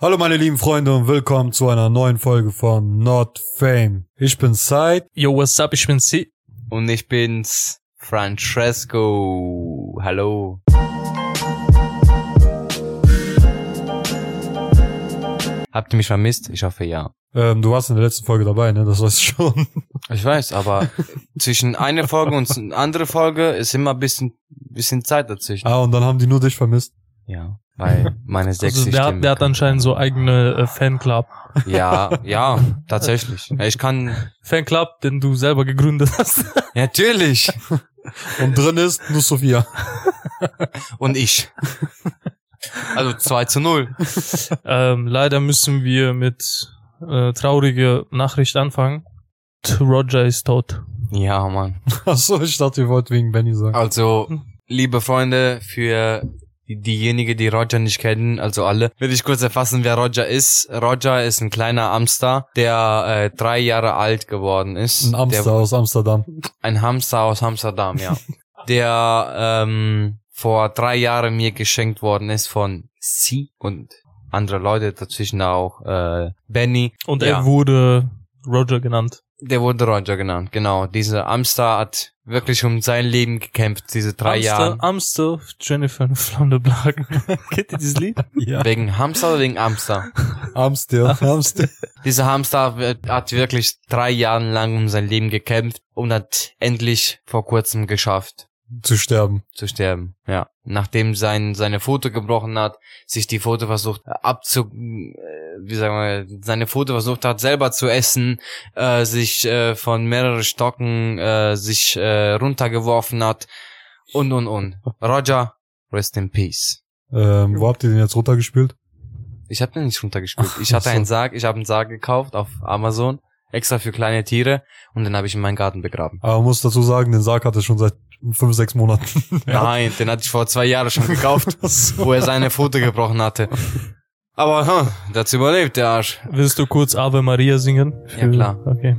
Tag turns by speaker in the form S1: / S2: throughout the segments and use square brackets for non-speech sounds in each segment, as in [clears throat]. S1: Hallo meine lieben Freunde und willkommen zu einer neuen Folge von Not Fame. Ich bin Said.
S2: Yo, what's up? Ich bin C.
S3: Und ich bin's, Francesco. Hallo. Habt ihr mich vermisst? Ich hoffe ja.
S1: Ähm, du warst in der letzten Folge dabei, ne? Das weißt du schon. [laughs]
S3: Ich weiß, aber [laughs] zwischen einer Folge und eine andere Folge ist immer ein bisschen, bisschen Zeit dazwischen.
S1: Ah, und dann haben die nur dich vermisst.
S3: Ja, weil meine sechs
S2: Also der, hat- der hat anscheinend so eigene äh, Fanclub.
S3: Ja, ja, tatsächlich. Ja, Ich kann,
S2: Fanclub, den du selber gegründet [laughs] hast.
S3: ja, natürlich.
S1: Und drin ist nur Sophia. [laughs]
S3: Und ich. Also 2 zu 0.
S2: ähm, leider müssen wir mit äh, trauriger Nachricht anfangen. Roger ist tot.
S3: Ja, Mann.
S1: Ach so, ich dachte, ihr wollt wegen Benny sagen.
S3: Also,
S1: Hm.
S3: liebe Freunde, für die- diejenigen, die Roger nicht kennen, also alle, will ich kurz erfassen, wer Roger ist. Roger ist ein kleiner Amster, der äh, drei Jahre alt geworden ist.
S1: Ein Amster
S3: Der,
S1: aus Amsterdam.
S3: ein Hamster aus
S1: [laughs]
S3: Amsterdam, ja. der ähm, vor drei Jahren mir geschenkt worden ist von Sie und andere Leute, dazwischen auch äh, Benny.
S2: Und
S3: Ja.
S2: er wurde Roger genannt.
S3: Der wurde Roger genannt, genau. Dieser Amster hat wirklich um sein Leben gekämpft, diese drei Jahre.
S2: Amster, Jennifer [laughs]
S3: [laughs]
S2: Flammeblagen. Kennt ihr dieses Lied?
S1: Ja.
S3: Wegen Hamster oder wegen Amster?
S1: Amster. Amster.
S3: Dieser Hamster wird- hat wirklich drei Jahre lang um sein Leben gekämpft und hat endlich vor kurzem geschafft
S1: Zu sterben.
S3: zu sterben. Ja. Nachdem sein seine Pfote gebrochen hat, sich die Pfote versucht abzu äh, wie sagen wir, seine Pfote versucht hat selber zu essen, äh, sich äh, von mehreren Stocken äh, sich äh, runtergeworfen hat und und und. Roger, rest in peace.
S1: Ähm, wo habt ihr den jetzt runtergespielt?
S3: Ich habe den nicht runtergespielt. Ich
S1: Ach
S3: hatte
S1: so.
S3: einen Sarg, ich habe einen Sarg gekauft auf Amazon, extra für kleine Tiere und den habe ich in meinen Garten begraben.
S1: Aber man muss dazu sagen, den Sarg hatte ich schon seit fünf, sechs Monaten. [laughs] [laughs] Ja.
S3: Nein, den hatte ich vor zwei Jahren schon gekauft. wo er seine Pfote gebrochen hatte. Aber hm, das überlebt der Arsch.
S2: Willst du kurz Ave Maria singen?
S3: Ja, klar.
S2: Okay.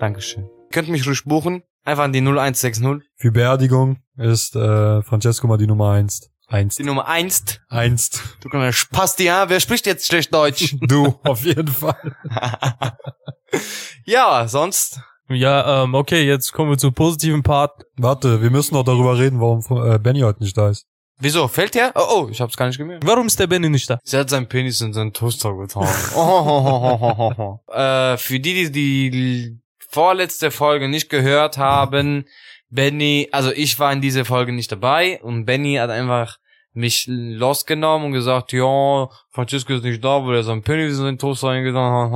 S3: Dankeschön. Ihr könnt mich ruhig buchen. Einfach an die 0160.
S1: Für Beerdigung ist äh, Francesco mal die Nummer eins. Einst.
S3: Die Nummer 1.
S1: Einst.
S3: Du kleiner Spasti, ja? Wer spricht jetzt schlecht
S1: [laughs]
S3: Deutsch? [laughs]
S1: Du, auf jeden Fall.
S3: ja, sonst.
S2: Ja, ähm, okay, jetzt kommen wir zum positiven Part.
S1: Warte, wir müssen noch darüber reden, warum äh, Benny heute nicht da ist.
S3: Wieso? Fällt her? Oh, oh, ich hab's gar nicht gemerkt.
S2: Warum ist der Benny nicht da?
S3: Sie hat seinen Penis in seinen Toaster getan. Oh, oh, oh, oh, oh, oh. äh, für die, die die vorletzte Folge nicht gehört haben, Benny, also ich war in dieser Folge nicht dabei und Benny hat einfach mich losgenommen und gesagt, ja, Francisco ist nicht da, weil er seinen Penis in seinen Toaster eingetan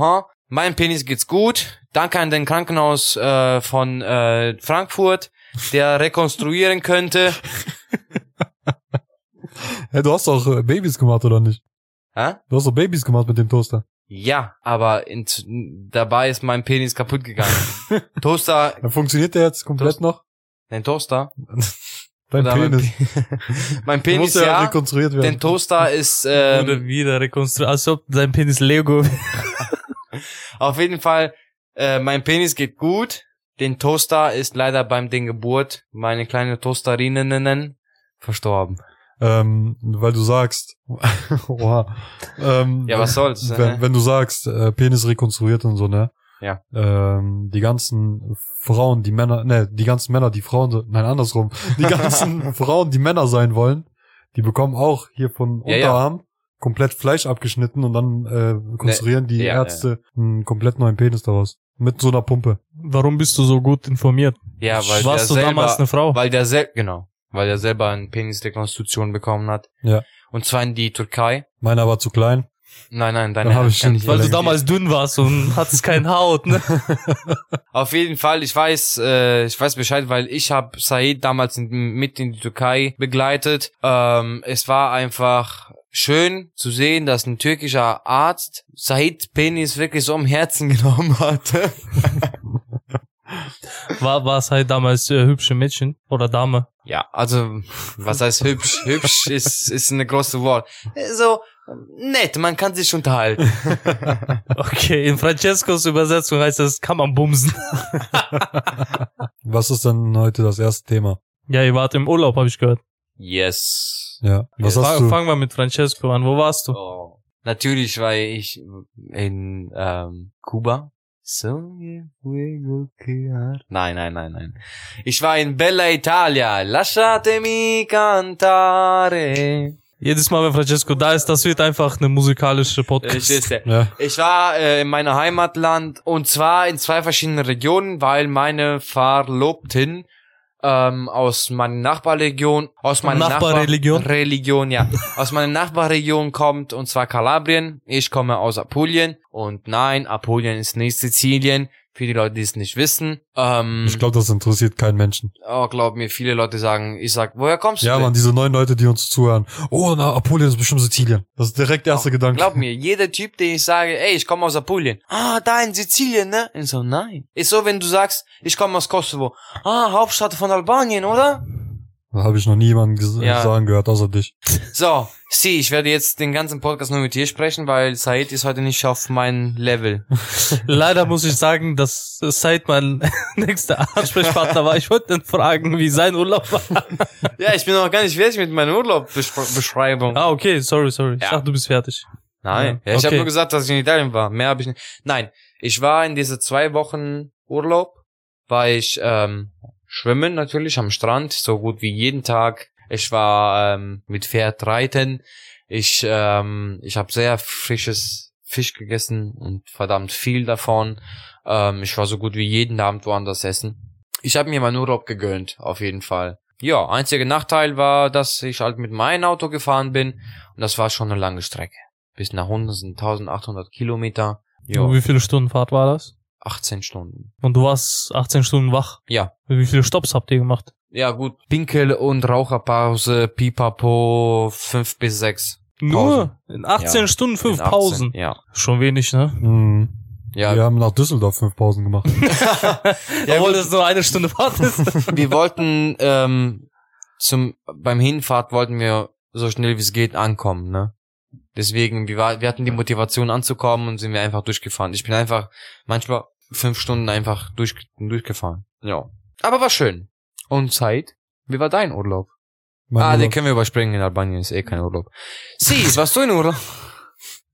S3: hat. Mein Penis geht's gut. Danke an den Krankenhaus äh, von äh, Frankfurt, der rekonstruieren könnte.
S1: Hey, du hast doch äh, Babys gemacht, oder nicht?
S3: Hä?
S1: Du hast doch Babys gemacht mit dem Toaster.
S3: Ja, aber in, dabei ist mein Penis
S1: [laughs]
S3: kaputt gegangen. Toaster,
S1: Dann funktioniert der jetzt komplett noch? [laughs]
S3: den Toaster.
S1: Dein
S3: Oder mein
S1: Penis.
S3: Mein
S1: Der
S3: Penis
S1: muss ja,
S3: ja,
S1: rekonstruiert
S3: den
S1: werden.
S3: Toaster ist
S1: [laughs]
S3: ähm,
S2: Wurde wieder rekonstruiert, als ob sein Penis Lego wäre.
S3: auf jeden Fall. Äh, mein Penis geht gut. Den Toaster ist leider beim den Geburt meine kleine Toasterinnen verstorben.
S1: Ähm, weil du sagst, [laughs] oha, ähm,
S3: Ja, was soll's?
S1: wenn,
S3: Ne?
S1: wenn du sagst, äh, Penis rekonstruiert und so, ne?
S3: Ja.
S1: Ähm, die ganzen Frauen, die Männer, ne, die ganzen Männer, die Frauen, so- nein, andersrum, die
S3: [laughs]
S1: ganzen Frauen, die Männer sein wollen, die bekommen auch hier von
S3: Ja, ja.
S1: Unterarm komplett Fleisch abgeschnitten und dann äh, konstruieren die
S3: Ne, ja, ja.
S1: Ärzte einen komplett neuen Penis daraus. Mit so einer Pumpe.
S2: Warum bist du so gut informiert?
S3: Ja, weil der
S2: Warst du damals
S3: selber,
S2: eine Frau?
S3: weil der sel genau, weil der selber eine Penisrekonstruktion bekommen hat.
S1: Ja.
S3: Und zwar in die Türkei.
S1: Meiner war zu klein.
S3: Nein, nein, deine
S1: Dann hab
S3: hat
S1: ich
S3: gar
S1: schon-
S3: nicht
S2: Weil du
S3: existiert.
S2: damals dünn warst und [laughs] hattest keine Haut, ne?
S3: Auf jeden Fall, ich weiß, äh, ich weiß Bescheid, weil ich habe Said damals in, mit in die Türkei begleitet. Ähm, es war einfach schön zu sehen, dass ein türkischer Arzt Said Penis wirklich so am Herzen [laughs] genommen hatte.
S2: War, war es halt damals äh, hübsche Mädchen oder Dame.
S3: Ja, also, was heißt hübsch? hübsch ist, ist eine große Wort. So, nett, man kann sich unterhalten.
S2: Okay, in Francescos Übersetzung heißt das, kann man bumsen.
S1: Was ist denn heute das erste Thema?
S2: Ja, ihr wart im Urlaub, habe ich gehört.
S3: Yes.
S1: Ja. Was
S3: Ja.
S1: hast
S2: Fa-
S1: du?
S2: Fangen wir mit Francesco an. Wo warst du?
S3: Oh. Natürlich war ich in, ähm, Kuba. So, we go Nein, nein, nein, nein. Ich war in Bella Italia. Lasciatemi cantare.
S2: Jedes Mal, wenn Francesco da ist, das wird einfach eine musikalische
S3: Ich,
S2: Podcast.
S3: wüsste.
S1: Ja.
S3: Ich war äh, in meinem Heimatland und zwar in zwei verschiedenen Regionen, weil meine Verlobtin ähm, aus meiner Nachbarregion, aus meiner
S2: Nachbarreligion?
S3: Nachbar
S1: [laughs]
S3: Religion, ja, aus meiner Nachbarregion kommt und zwar Kalabrien. Ich komme aus Apulien und nein, Apulien ist nicht Sizilien. Für die Leute, die es nicht wissen, ähm,
S1: Ich glaube, das interessiert keinen Menschen.
S3: oh, glaub mir, viele Leute sagen, ich sag, woher kommst du?
S1: Ja,
S3: denn?
S1: man, diese neuen Leute, die uns zuhören. Oh, na, Apulien ist bestimmt Sizilien. Das ist direkt der erste Gedanke.
S3: Glaub mir, jeder Typ, den ich sage, ey, ich komme aus Apulien. Ah, da in Sizilien, ne? Ich so, nein. Ist so, wenn du sagst, ich komme aus Kosovo. Ah, Hauptstadt von Albanien, oder?
S1: Da habe ich noch nie jemanden ges-
S3: Ja.
S1: sagen gehört, außer dich.
S3: So, sie, ich werde jetzt den ganzen Podcast nur mit dir sprechen, weil Said ist heute nicht auf mein Level.
S2: Leider muss ich sagen, dass seit mein [laughs] nächster Ansprechpartner war, ich wollte ihn fragen, wie sein Urlaub war.
S3: [laughs] ja, ich bin noch gar nicht fertig mit meiner Urlaubbeschreibung.
S2: Ah, okay, sorry, sorry. Ich
S3: Ja.
S2: dachte, du bist fertig.
S3: Nein,
S2: Ja,
S3: ja, ich hab
S2: okay.
S3: habe nur gesagt, dass ich in Italien war. Mehr habe ich nicht. Nein, ich war in diese zwei Wochen Urlaub, war ich ähm, schwimmen natürlich am Strand, so gut wie jeden Tag. Ich war ähm, mit Pferd reiten. Ich ähm, ich habe sehr frisches Fisch gegessen und verdammt viel davon. Ähm, ich war so gut wie jeden Abend woanders essen. Ich habe mir meinen Urlaub gegönnt, auf jeden Fall. Ja, einziger Nachteil war, dass ich halt mit meinem Auto gefahren bin und das war schon eine lange Strecke bis nach 100 sind 1800 Kilometer.
S2: Und
S3: Ja,
S2: Wie viele Stunden Fahrt war das?
S3: 18 Stunden.
S2: Und du warst 18 Stunden wach.
S3: Ja.
S2: Wie viele Stops habt ihr gemacht?
S3: Ja, gut. Pinkel und Raucherpause, Pipapo, 5 bis 6.
S2: Nur in 18
S3: Ja,
S2: Stunden fünf Pausen.
S3: Ja.
S2: Schon wenig, ne?
S1: Hm.
S3: Ja,
S1: Wir haben nach Düsseldorf fünf Pausen gemacht.
S3: [laughs]
S2: Obwohl das nur eine Stunde Fahrt ist.
S3: wir wollten, ähm, zum, beim Hinfahrt wollten wir so schnell wie es geht ankommen, ne? Deswegen, wir, war, wir hatten die Motivation anzukommen und sind wir einfach durchgefahren. Ich bin einfach manchmal fünf Stunden einfach durch, durchgefahren. Ja. Aber war schön. Und Zeit. Wie war dein Urlaub?
S1: Mein
S3: ah, den
S1: Urlaub-
S3: können wir überspringen. In Albanien ist eh kein Urlaub. Sie, warst du in Urlaub?
S1: [laughs]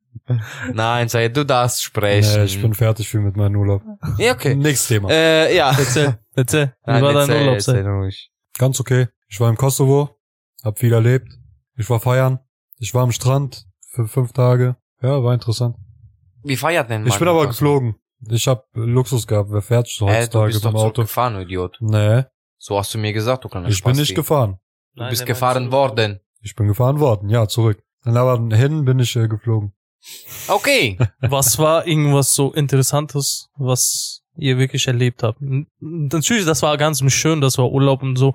S3: Nein, sei du darfst sprechen.
S1: nee, ich bin fertig viel mit meinem Urlaub.
S3: ja, okay.
S1: Nächstes Thema.
S3: [laughs] Äh, ja.
S2: Erzähl, erzähl. Wie
S3: Nein,
S2: war dein
S3: erzähl,
S2: Urlaub?
S3: erzähl
S2: Seit?
S3: ruhig.
S1: Ganz okay. Ich war im Kosovo, hab viel erlebt. Ich war feiern. Ich war am Strand für fünf Tage. Ja, war interessant.
S3: Wie feiert denn
S1: ich bin aber geflogen. Ich hab Luxus gehabt. Wer fährt schon
S3: Hä, du
S1: heutzutage
S3: bist doch
S1: mit dem Auto?
S3: gefahren, du Idiot.
S1: Nee,
S3: So hast du mir gesagt, du kleiner
S1: ich bin
S3: Spasti.
S1: nicht gefahren.
S3: Du bist gefahren worden.
S1: Ich bin gefahren worden. Ja, zurück. Dann aber hin bin ich äh, geflogen. [laughs]
S3: Okay.
S2: Was war irgendwas so Interessantes, was ihr wirklich erlebt habt? N- Natürlich, das war ganz schön, das war Urlaub und so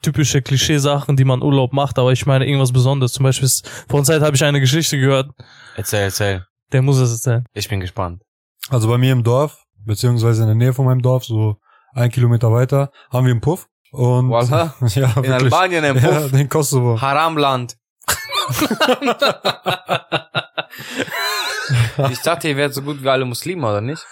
S2: typische Klischeesachen, die man Urlaub macht, aber ich meine irgendwas Besonderes. Zum Beispiel ist- vor einer Zeit habe ich eine Geschichte gehört,
S3: erzähl, erzähl.
S2: der muss es erzählen.
S3: Ich
S1: [laughs]
S3: bin gespannt.
S1: Also bei mir im Dorf, beziehungsweise in der Nähe von meinem Dorf, so ein Kilometer weiter, haben wir einen Puff. Und
S3: Voila.
S1: [laughs] ja,
S3: In
S1: wirklich.
S3: Albanien
S1: [laughs]
S3: im
S1: Ja, genau.
S3: Puff.
S1: den Kosovo.
S3: Haramland.
S1: [laughs]
S3: ich dachte, ihr wärt so gut wie alle Muslime, oder nicht?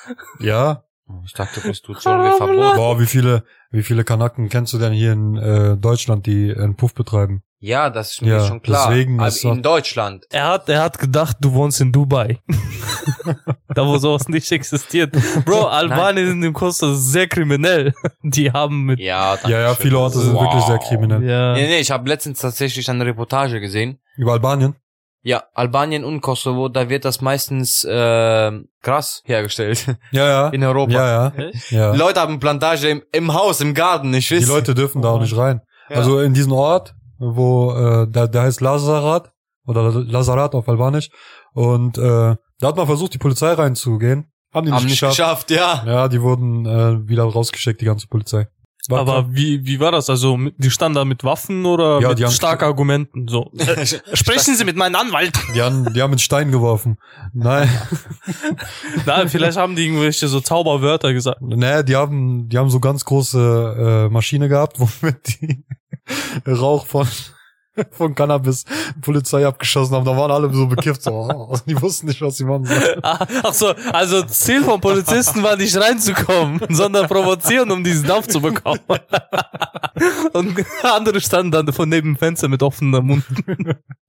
S1: Ja,
S3: Ich dachte, Prostitution wäre verboten.
S1: Boah, wie viele, wie viele Kanaken kennst du denn hier in äh, Deutschland, die einen Puff betreiben?
S3: Ja, das ist mir
S1: Ja,
S3: schon klar.
S1: deswegen
S3: Aber
S1: ist
S3: in Deutschland.
S2: Er hat, er hat gedacht, du wohnst in [laughs] Dubai. da, wo sowas nicht existiert. Bro, Albanien sind im Kosovo sehr kriminell. Die haben mit,
S3: Ja,
S1: Ja, ja,
S3: danke schön.
S1: viele Orte sind
S3: Wow.
S1: wirklich sehr kriminell.
S2: ja.
S3: Nee, nee, ich habe letztens tatsächlich eine Reportage gesehen.
S1: Über Albanien?
S3: Ja, Albanien und Kosovo, da wird das meistens äh, Gras hergestellt [laughs]
S1: Ja, ja.
S3: in Europa.
S1: Ja, ja.
S2: Echt?
S1: ja.
S3: Die Leute haben Plantage im, im Haus, im Garten, ich
S1: Die
S3: weiß.
S1: Leute dürfen da auch nicht rein.
S3: Ja.
S1: Also in diesen Ort, wo äh, der, der heißt Lazarat oder Lazarat auf Albanisch. Und äh, da hat man versucht, die Polizei reinzugehen. Haben die nicht,
S3: haben nicht
S1: geschafft.
S3: geschafft, ja.
S1: Ja, die wurden äh, wieder rausgeschickt, die ganze Polizei. War krass.
S2: Aber wie, wie war das? Also, mit- die standen da mit Waffen oder
S1: Ja,
S2: mit
S1: die haben-
S2: starken Argumenten? [laughs] So. Äh, Sprechen Sie mit meinem Anwalt.
S1: die haben, die haben einen Stein geworfen. [laughs] Nein.
S2: [laughs] Nein, vielleicht haben die irgendwelche so [laughs]
S1: ne,
S2: Zauberwörter gesagt.
S1: Naja, die haben, die haben so ganz große äh, Maschine gehabt, [laughs] womit die Rauch von, von Cannabis Polizei abgeschossen haben. Da waren alle so bekifft. So, oh, die wussten nicht, was sie machen sollen.
S2: Ah, Ach so, also Ziel von Polizisten war nicht [laughs] reinzukommen, sondern provozieren, um diesen Dampf zu [laughs] bekommen. Und andere standen dann von neben dem Fenster mit offenem Mund.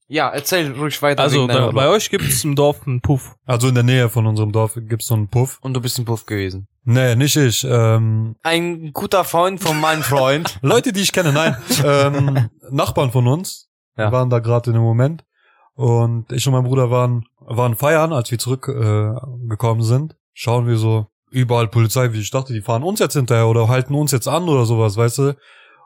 S3: Ja, erzähl ruhig weiter.
S2: Also
S3: wegen deinem
S2: da, bei
S3: Urlaub.
S2: euch gibt es im Dorf einen Puff.
S1: Also in der Nähe von unserem Dorf gibt's so einen Puff.
S3: Und du bist ein Puff gewesen.
S1: Nee, nicht ich. Ähm,
S3: Ein guter Freund von
S1: [laughs]
S3: meinem Freund.
S1: Leute, die ich kenne, nein. ähm, Nachbarn von uns
S3: Ja.
S1: waren da gerade in dem Moment. Und ich und mein Bruder waren, waren feiern, als wir zurückgekommen äh, gekommen sind. Schauen wir so, überall Polizei, wie ich dachte, die fahren uns jetzt hinterher oder halten uns jetzt an oder sowas, weißt du.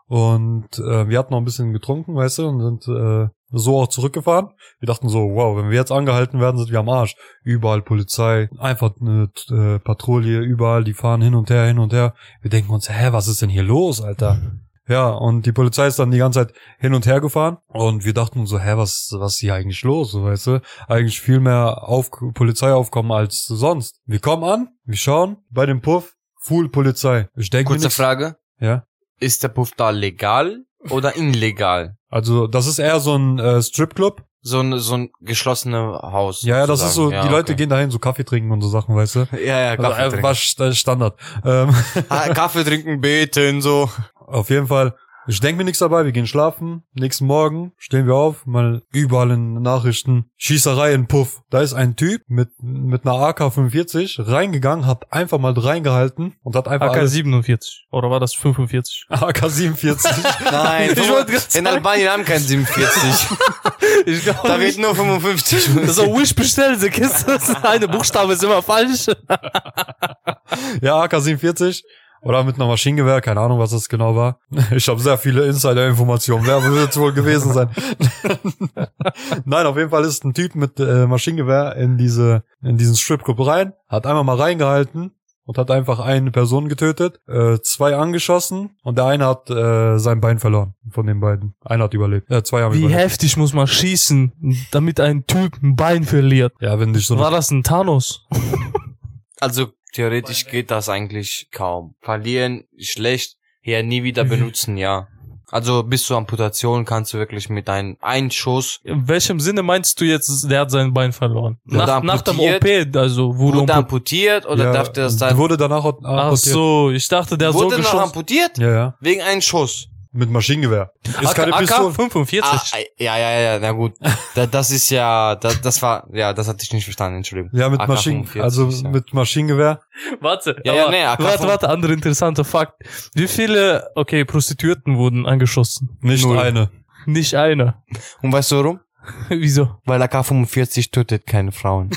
S1: Und äh, wir hatten noch ein bisschen getrunken, weißt du, und sind äh, so auch zurückgefahren. Wir dachten so, wow, wenn wir jetzt angehalten werden, sind wir am Arsch. Überall Polizei, einfach eine äh, Patrouille, überall, die fahren hin und her, hin und her. Wir denken uns, hä, was ist denn hier los, Alter?
S3: Mhm.
S1: Ja, und die Polizei ist dann die ganze Zeit hin und her gefahren und wir dachten so, hä, was, was ist hier eigentlich los, so, weißt du? Eigentlich viel mehr auf Polizeiaufkommen als sonst. Wir kommen an, wir schauen, bei dem Puff, Full Polizei. Ich denke mir
S3: Kurze
S1: nichts.
S3: Frage.
S1: Ja.
S3: Ist der Puff da legal oder illegal?
S1: Also, das ist eher so ein äh, Stripclub.
S3: So ein, so ein geschlossenes Haus.
S1: Ja, ja, das ist so,
S3: sozusagen.
S1: die
S3: Ja,
S1: Leute
S3: okay.
S1: gehen dahin, so Kaffee trinken und so Sachen, weißt du?
S3: Ja, ja,
S1: Also,
S3: Kaffee,
S1: äh,
S3: trinken.
S1: war St- Standard. Ähm, [laughs]
S3: Ah, Kaffee trinken, beten, so.
S1: auf jeden Fall, ich denke mir nichts dabei, wir gehen schlafen. Nächsten Morgen stehen wir auf, mal überall in den Nachrichten, Schießerei in Puff. Da ist ein Typ mit, mit einer AK-45 reingegangen, hat einfach mal reingehalten und hat einfach alles- [laughs]
S2: AK-47. Oder war das 45?
S1: AK-47.
S3: Nein,
S2: Ich wollte grad
S3: in Albanien haben kein 47.
S2: Ich glaube,
S3: da wird nur
S2: [laughs]
S3: 55.
S2: das ist auch Wish bestellt, diese Kiste. Eine Buchstabe ist immer falsch.
S1: ja, AK-47. Oder mit einer Maschinengewehr, keine Ahnung, was das genau war. [laughs] Ich habe sehr viele Insider-Informationen. Wer wird es wohl gewesen sein? [laughs] Nein, auf jeden Fall ist ein Typ mit äh, Maschinengewehr in diese in diesen Stripclub rein, hat einmal mal reingehalten und hat einfach eine Person getötet, äh, zwei angeschossen und der eine hat äh, sein Bein verloren von den beiden. Einer hat überlebt, äh, zwei haben
S2: Wie
S1: überlebt.
S2: heftig muss man schießen, damit ein Typ ein Bein verliert?
S1: Ja, wenn dich so
S2: War das ein Thanos?
S3: Also theoretisch geht das eigentlich kaum. Verlieren, schlecht, hier nie wieder benutzen, ja. Also bis zur Amputation kannst du wirklich mit einem einen Schuss
S2: In welchem Sinne meinst du jetzt, der hat sein Bein verloren?
S3: Wurde
S2: Nach, nach dem OP,
S3: amputiert.
S2: also wurde,
S3: wurde
S2: amputiert.
S3: amputiert oder
S1: ja,
S3: darf der das sein?
S1: Wurde danach auch
S2: Ach so, ich dachte, der hat so
S3: Wurde noch
S2: geschossen.
S3: amputiert?
S1: Ja, ja.
S3: Wegen einem Schuss.
S1: Mit Maschinengewehr. Ist keine Pistole.
S2: AK 45.
S3: Ah, ja, ja, ja, na gut. da, das ist ja, da, das war, ja, das hatte ich nicht verstanden, Entschuldigung.
S1: Ja, mit
S3: AK
S1: Maschinen,
S3: 45,
S1: also
S3: ja.
S1: mit Maschinengewehr.
S2: Warte,
S3: Ja, ja, nee, AK
S2: warte,
S3: von-
S2: warte, andere interessante Fakt. Wie viele, okay, Prostituierten wurden angeschossen?
S1: Nicht
S3: Null.
S1: eine.
S2: Nicht eine. [laughs]
S3: Und weißt du warum?
S2: Wieso?
S3: Weil AK-45 tötet keine Frauen.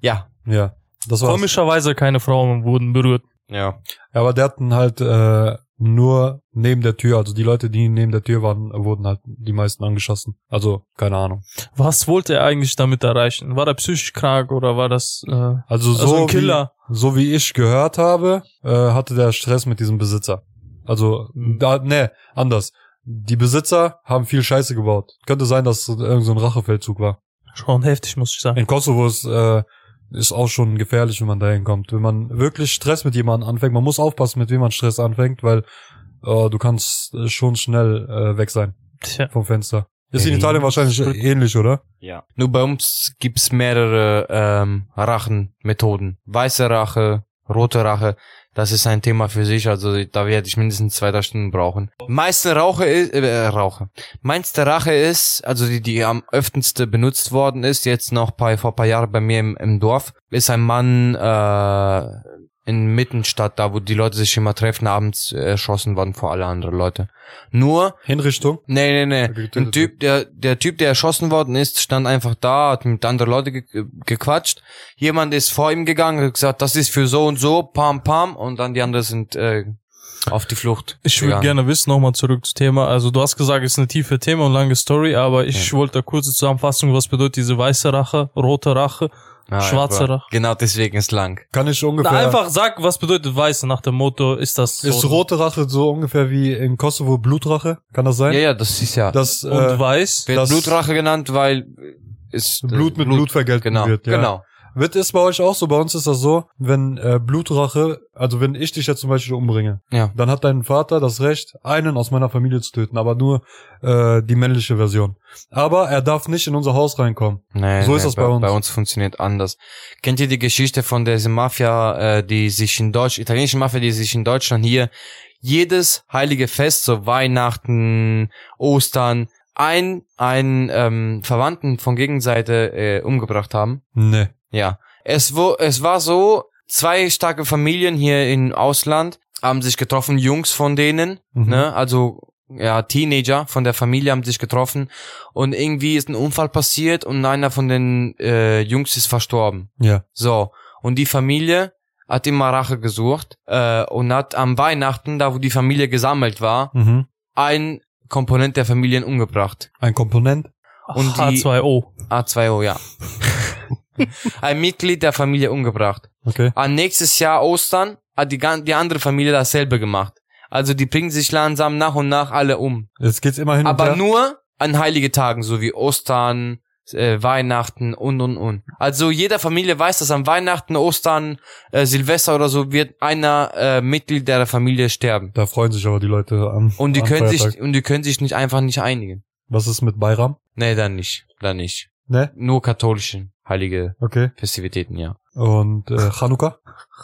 S3: ja.
S1: Ja. Das war's.
S2: Komischerweise keine Frauen wurden berührt.
S3: Ja.
S1: Ja, aber der hatten halt äh, nur neben der Tür, also die Leute, die neben der Tür waren, wurden halt die meisten angeschossen. Also, keine Ahnung.
S2: Was wollte er eigentlich damit erreichen? War er psychisch krank oder war das äh, also
S1: Also so,
S2: ein Killer?
S1: Wie, so wie ich gehört habe, äh, hatte der Stress mit diesem Besitzer. Also,
S2: Hm.
S1: da, nee, anders. Die Besitzer haben viel Scheiße gebaut. Könnte sein, dass es irgend so ein Rachefeldzug war.
S2: Schon heftig, muss ich sagen.
S1: In Kosovo ist, äh, ist auch schon gefährlich, wenn man dahin kommt. Wenn man wirklich Stress mit jemandem anfängt, man muss aufpassen, mit wem man Stress anfängt, weil äh, du kannst äh, schon schnell äh, weg sein
S2: Tja.
S1: vom Fenster. Ist in
S3: Hey.
S1: Italien wahrscheinlich
S3: Stimmt.
S1: ähnlich, oder?
S3: Ja. Nur bei uns gibt's mehrere ähm, Rachenmethoden. Weiße Rache, rote Rache. Das ist ein Thema für sich, also da werde ich mindestens zwei, drei Stunden brauchen. Meiste Rauche ist, äh, äh, Rauche. Meinste Rache ist, also die, die am öftenste benutzt worden ist, jetzt noch bei, vor paar Jahren bei mir im, im Dorf, ist ein Mann äh, in Mittenstadt, da wo die Leute sich immer treffen, abends äh, erschossen worden vor alle anderen Leute. Nur,
S1: Hinrichtung.
S3: Nee, nee, nee.
S1: Getötet
S3: Ein Typ, der, der Typ, der erschossen worden ist, stand einfach da, hat mit anderen Leuten ge gequatscht. Jemand ist vor ihm gegangen, hat gesagt, das ist für so und so, pam, pam, und dann die anderen sind äh, auf die Flucht.
S2: Ich würde
S3: gegangen.
S2: gerne wissen, nochmal zurück zum Thema. Also du hast gesagt, es ist eine tiefe Thema und lange Story, aber ich wollte eine kurze Zusammenfassung, was bedeutet diese weiße Rache, rote Rache,
S3: Ah,
S2: schwarze
S3: aber
S2: Rache.
S3: Genau deswegen ist lang.
S1: Kann ich
S2: Na,
S1: ungefähr.
S2: einfach sag, was bedeutet weiße nach dem Motto, ist das so
S1: ist rote Rache so ungefähr wie in Kosovo Blutrache? Kann das
S3: Ja,
S1: sein?
S3: ja, das ist ja.
S1: Das
S2: und
S1: äh,
S2: weiß?
S3: wird
S1: das-
S3: Blutrache genannt, weil äh, ist äh,
S1: Blut mit Blut vergelten
S3: genau,
S1: wird. Ja.
S3: Genau.
S1: Wird ist bei euch auch so? Bei uns ist das so, wenn äh, Blutrache, also wenn ich dich jetzt zum Beispiel umbringe,
S3: Ja.
S1: dann hat dein Vater das Recht, einen aus meiner Familie zu töten, aber nur äh, die männliche Version. Aber er darf nicht in unser Haus reinkommen.
S3: Nee,
S1: So
S3: nee,
S1: ist das
S3: bei,
S1: bei uns.
S3: Bei uns funktioniert anders. Kennt ihr die Geschichte von dieser Mafia, äh, die sich in Deutsch, italienischen Mafia, die sich in Deutschland hier jedes heilige Fest, so Weihnachten, Ostern, ein, ein ähm, Verwandten von Gegenseite äh, umgebracht haben?
S1: Nee.
S3: Ja. Es, wo, es war so, zwei starke Familien hier im Ausland haben sich getroffen, Jungs von denen,
S1: Mhm.
S3: ne? Also ja, Teenager von der Familie haben sich getroffen und irgendwie ist ein Unfall passiert und einer von den äh, Jungs ist verstorben.
S1: Ja.
S3: So. Und die Familie hat immer Rache gesucht äh, und hat am Weihnachten, da wo die Familie gesammelt war,
S1: Mhm.
S3: ein Komponent der Familien umgebracht.
S1: Ein Komponent.
S3: Und
S2: Und H2O.
S3: A2O, ja. ein Mitglied der Familie umgebracht.
S1: Okay.
S3: An nächstes Jahr Ostern hat die, gan- die andere Familie dasselbe gemacht. Also die bringen sich langsam nach und nach alle um.
S1: Jetzt geht's immer hin
S3: Aber
S1: und her.
S3: nur an heilige Tagen, so wie Ostern, äh, Weihnachten und und und. Also jeder Familie weiß, dass an Weihnachten, Ostern, äh, Silvester oder so wird einer äh, Mitglied der Familie sterben.
S1: Da freuen sich aber die Leute an.
S3: Und die
S1: am
S3: können
S1: Feiertag.
S3: sich und die können sich nicht einfach nicht einigen.
S1: Was ist mit Bayram?
S3: Nee, dann nicht, dann nicht.
S1: Ne?
S3: Nur katholische heilige
S1: Okay.
S3: Festivitäten, ja.
S1: Und äh, Chanukka?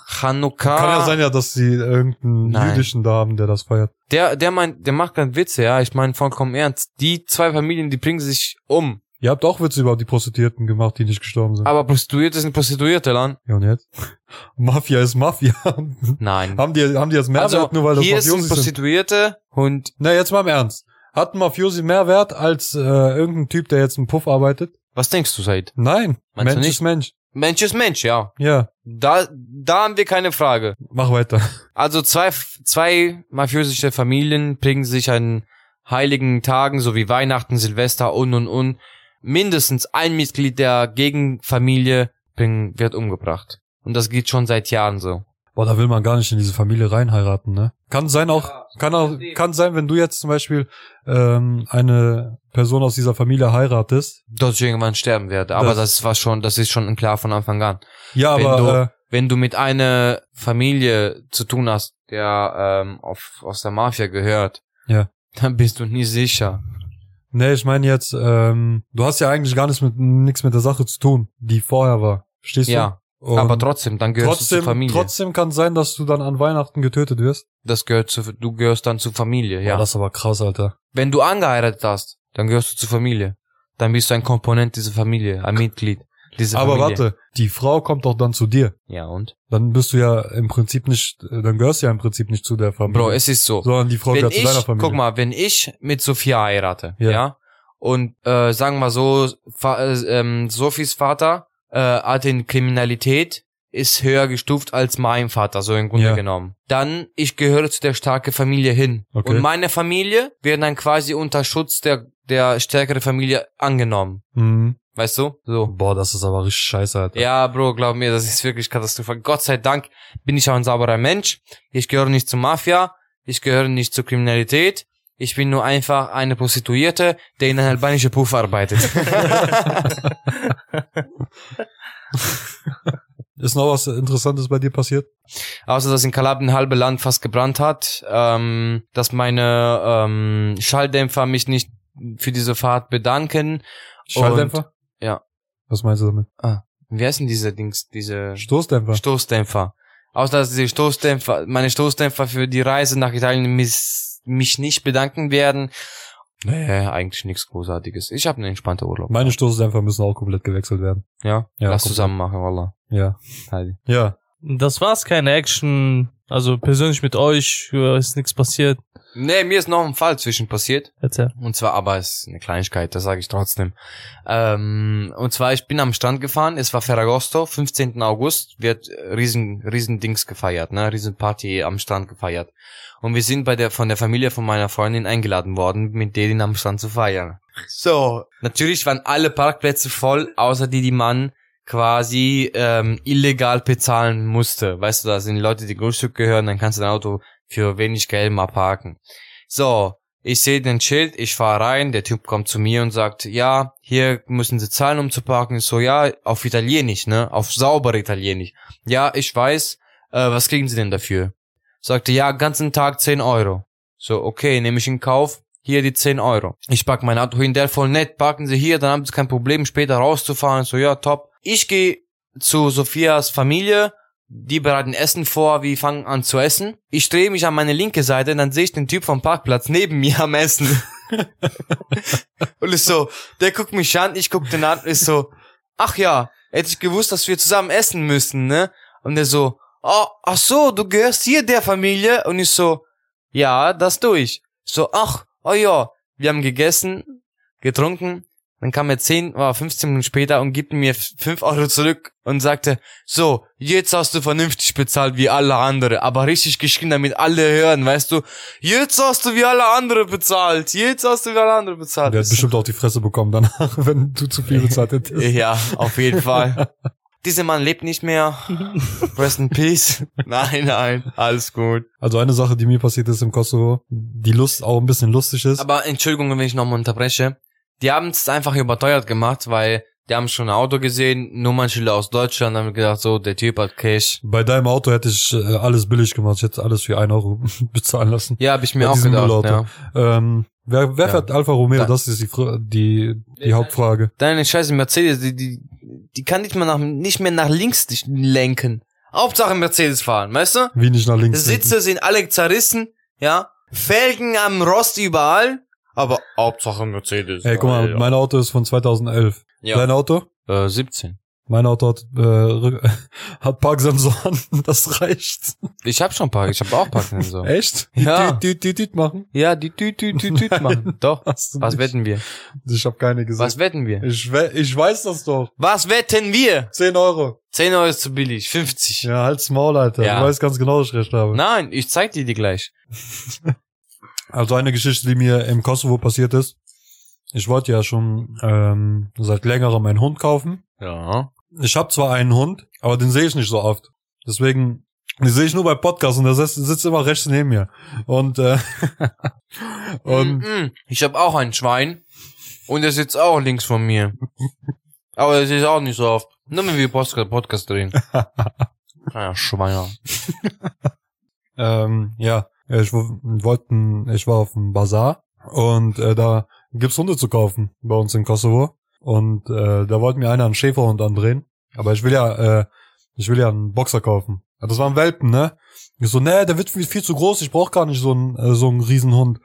S3: Chanukka.
S1: Kann ja sein ja, dass sie irgendeinen
S3: Ah. Nein.
S1: jüdischen da haben, der das feiert.
S3: Der, der meint, der macht gerade Witze, ja. Ich meine vollkommen ernst. Die zwei Familien, die bringen sich um.
S1: Ihr habt auch Witze über die Prostituierten gemacht, die nicht gestorben sind.
S3: Aber Prostituierte sind Prostituierte, Lan.
S1: ja, und jetzt? [laughs] Mafia ist Mafia. [laughs] haben
S3: Nein.
S1: die, haben die jetzt Mehrwert,
S3: Also,
S1: nur weil das
S3: hier sind
S1: Mafiosi sind?
S3: Prostituierte und,
S1: Na, jetzt mal im Ernst. Hat ein Mafiosi mehr Wert als äh, irgendein Typ, der jetzt im Puff arbeitet?
S3: was denkst du, Said?
S1: Nein.
S3: Meinst du
S1: Mensch
S3: nicht?
S1: ist Mensch.
S3: Mensch ist Mensch, ja.
S1: Ja,
S3: Da, da haben wir keine Frage.
S1: mach weiter. [laughs]
S3: Also zwei, zwei mafiösische Familien bringen sich an heiligen Tagen, so wie Weihnachten, Silvester und und und. Mindestens ein Mitglied der Gegenfamilie bringen, wird umgebracht. Und das geht schon seit Jahren so.
S1: Boah, da will man gar nicht in diese Familie reinheiraten, ne? Kann sein auch, kann auch, kann sein, wenn du jetzt zum Beispiel ähm, eine Person aus dieser Familie heiratest.
S3: dass ich irgendwann sterben werde. Aber
S1: Das-
S3: das, war schon, das ist schon klar von Anfang an.
S1: Ja,
S3: Wenn
S1: aber
S3: du-
S1: äh,
S3: Wenn du mit einer Familie zu tun hast, der ähm, auf, aus der Mafia gehört,
S1: Ja.
S3: dann bist du nie sicher.
S1: Nee, ich meine jetzt, ähm, du hast ja eigentlich gar nichts mit nichts mit der Sache zu tun, die vorher war. Verstehst
S3: ja,
S1: du? Und
S3: aber trotzdem, dann gehörst du
S1: trotzdem,
S3: zur Familie.
S1: trotzdem kann sein, dass du dann an Weihnachten getötet wirst.
S3: das gehört zu, du gehörst dann zur Familie, ja.
S1: Boah, das ist aber krass, Alter.
S3: Wenn du angeheiratet hast, dann gehörst du zur Familie. Dann bist du ein Komponent dieser Familie, ein Mitglied dieser
S1: aber
S3: Familie.
S1: warte, die Frau kommt doch dann zu dir.
S3: Ja, und?
S1: Dann bist du ja im Prinzip nicht, äh, dann gehörst du ja im Prinzip nicht zu der Familie.
S3: Bro, es ist so.
S1: sondern die Frau
S3: wenn
S1: gehört
S3: ich,
S1: zu deiner Familie.
S3: guck mal, wenn ich mit Sophia heirate,
S1: Ja.
S3: ja, und äh, sagen wir so, Fa äh, ähm, Sophies Vater äh, hat in Kriminalität ist höher gestuft als mein Vater, so im Grunde
S1: Ja.
S3: genommen. Dann, ich gehöre zu der starken Familie hin.
S1: Okay.
S3: Und meine Familie wird dann quasi unter Schutz der, der stärkeren Familie angenommen.
S1: Mhm.
S3: Weißt du? So.
S1: Boah, das ist aber richtig scheiße, Alter.
S3: Ja, Bro, glaub mir, das ist wirklich katastrophal. Gott sei Dank bin ich auch ein sauberer Mensch. Ich gehöre nicht zur Mafia. Ich gehöre nicht zur Kriminalität. Ich bin nur einfach eine Prostituierte, der in einem albanischen Puff arbeitet. [laughs]
S1: Ist noch was Interessantes bei dir passiert?
S3: Außer, dass in Kalabrien ein halbes Land fast gebrannt hat, ähm, dass meine ähm, Schalldämpfer mich nicht für diese Fahrt bedanken.
S1: Schalldämpfer?
S3: ja.
S1: Was meinst du damit?
S3: Wie heißen diese Dings, diese
S1: Stoßdämpfer.
S3: Stoßdämpfer. Außer dass die Stoßdämpfer, meine Stoßdämpfer für die Reise nach Italien mis, mich nicht bedanken werden. Nee, Äh, eigentlich nichts Großartiges. Ich habe einen entspannten Urlaub.
S1: Meine Stoßdämpfer müssen auch komplett gewechselt werden.
S3: Ja,
S1: Ja,
S3: lass
S1: komplett.
S3: zusammen machen, Wallah.
S1: Ja.
S3: Heidi.
S1: Ja.
S2: Das war's, keine Action. Also persönlich mit euch äh, ist nichts passiert.
S3: Nee, mir ist noch ein Fall zwischen passiert.
S2: Erzähl.
S3: Und zwar, aber es ist eine Kleinigkeit, das sage ich trotzdem. Ähm, und zwar, ich bin am Strand gefahren, es war Ferragosto, 15. August, wird äh, riesen, riesen Dings gefeiert, ne, riesen Party am Strand gefeiert. Und wir sind bei der, von der Familie von meiner Freundin eingeladen worden, mit denen am Strand zu feiern. So. Natürlich waren alle Parkplätze voll, außer die, die man quasi ähm, illegal bezahlen musste. Weißt du, da sind Leute, die Grundstück gehören, dann kannst du dein Auto für wenig Geld mal parken. So, Ich sehe den Schild, ich fahre rein, der Typ kommt zu mir und sagt, ja, hier müssen sie zahlen, um zu parken. Ich so, ja, auf Italienisch, ne? Auf sauber Italienisch. Ja, ich weiß, äh, was kriegen sie denn dafür? Sagte, ja, ganzen Tag 10 Euro. So, okay, nehme ich in Kauf, hier die 10 Euro. Ich pack mein Auto hin, der voll nett, parken sie hier, dann haben sie kein Problem, später rauszufahren. So, ja, top. Ich gehe zu Sophias Familie, die bereiten Essen vor, wir fangen an zu essen. Ich drehe mich an meine linke Seite, dann sehe ich den Typ vom Parkplatz neben mir am Essen. und ist so, der guckt mich an, ich guck den an und ist so, ach ja, hätte ich gewusst, dass wir zusammen essen müssen, ne? Und der so, oh, ach so, du gehörst hier der Familie? Und ich so, ja, das tue ich. So, ach, oh ja, wir haben gegessen, getrunken, dann kam er 10 oder 15 Minuten später und gibt mir 5 Euro zurück und sagte, so, jetzt hast du vernünftig bezahlt wie alle andere, aber richtig geschrien, damit alle hören, weißt du, jetzt hast du wie alle andere bezahlt, jetzt hast du wie alle andere bezahlt.
S1: Der hat bestimmt auch die Fresse bekommen danach, [laughs] wenn du zu viel
S3: [laughs]
S1: bezahlt hättest.
S3: ja, auf jeden Fall. [laughs] Dieser Mann lebt nicht [laughs] mehr. Rest in peace. Nein, nein, alles gut.
S1: Also eine Sache, die mir passiert ist im Kosovo, die Lust auch ein bisschen lustig ist.
S3: Aber Entschuldigung, wenn ich nochmal unterbreche. Die haben es einfach überteuert gemacht, weil die haben schon ein Auto gesehen, Nummernschilder aus Deutschland, haben gedacht, so, der Typ hat Cash.
S1: Bei deinem Auto hätte ich äh, alles billig gemacht. Ich hätte alles für 1 Euro [laughs] bezahlen lassen.
S3: Ja, habe ich mir
S1: Bei
S3: auch
S1: diesem
S3: gedacht.
S1: Müllauto.
S3: Ja.
S1: Ähm, wer wer
S3: Ja.
S1: fährt Alfa Romeo?
S3: Da-
S1: Das ist die, Fr- die, die Hauptfrage.
S3: Deine scheiße Mercedes, die, die, die kann nicht mehr nach, nicht mehr nach links dich lenken. Hauptsache Mercedes fahren, weißt du?
S1: Wie nicht nach links.
S3: Sitze sind alle zerrissen, ja. Felgen am Rost überall. Aber Hauptsache Mercedes.
S1: Ey, guck mal, mein Auto ist von 2011.
S3: Ja.
S1: Dein Auto?
S3: äh, 17.
S1: Mein Auto hat, äh, rück- [laughs] hat Parksensoren. [laughs] Das reicht.
S3: Ich hab schon Park, ich hab auch Parken
S1: [laughs]
S3: so.
S1: Echt?
S3: Ja.
S1: Die, die, die, die machen?
S3: Ja, die tüt, tüt, tüt, tüt machen. [laughs] Doch.
S1: Hast du
S3: Was
S1: nicht.
S3: wetten wir?
S1: Ich habe keine gesagt.
S3: Was wetten wir?
S1: Ich, we ich weiß das doch.
S3: Was wetten wir?
S1: 10 Euro.
S3: 10 Euro ist zu billig, 50.
S1: Ja, halt's Maul, Alter.
S3: Ja.
S1: Du weißt ganz genau, dass ich recht habe.
S3: Nein, ich zeig dir die gleich.
S1: Also eine Geschichte, die mir im Kosovo passiert ist. Ich wollte ja schon ähm, seit längerem einen Hund kaufen.
S3: Ja.
S1: Ich habe zwar einen Hund, aber den sehe ich nicht so oft. Deswegen, den sehe ich nur bei Podcasts und der sitzt, sitzt immer rechts neben mir. Und äh, [laughs] und
S3: Und Mm, ich hab auch ein Schwein und der sitzt auch links von
S1: [laughs]
S3: mir. Aber das ist auch nicht so oft. Nur wenn wir Podcast, Podcast
S1: [laughs]
S3: drehen. Ah, Ja, Schweiner.
S1: ähm, ja, ich wo- wollten, ich war auf dem Bazar und äh, da gibt's Hunde zu kaufen bei uns in Kosovo. Und äh, da wollte mir einer einen Schäferhund andrehen. Aber ich will ja, äh, ich will ja einen Boxer kaufen. Ja, Das war ein Welpen, ne? Ich so, nee, der wird viel viel zu groß, ich brauche gar nicht so einen, äh, so einen Riesenhund.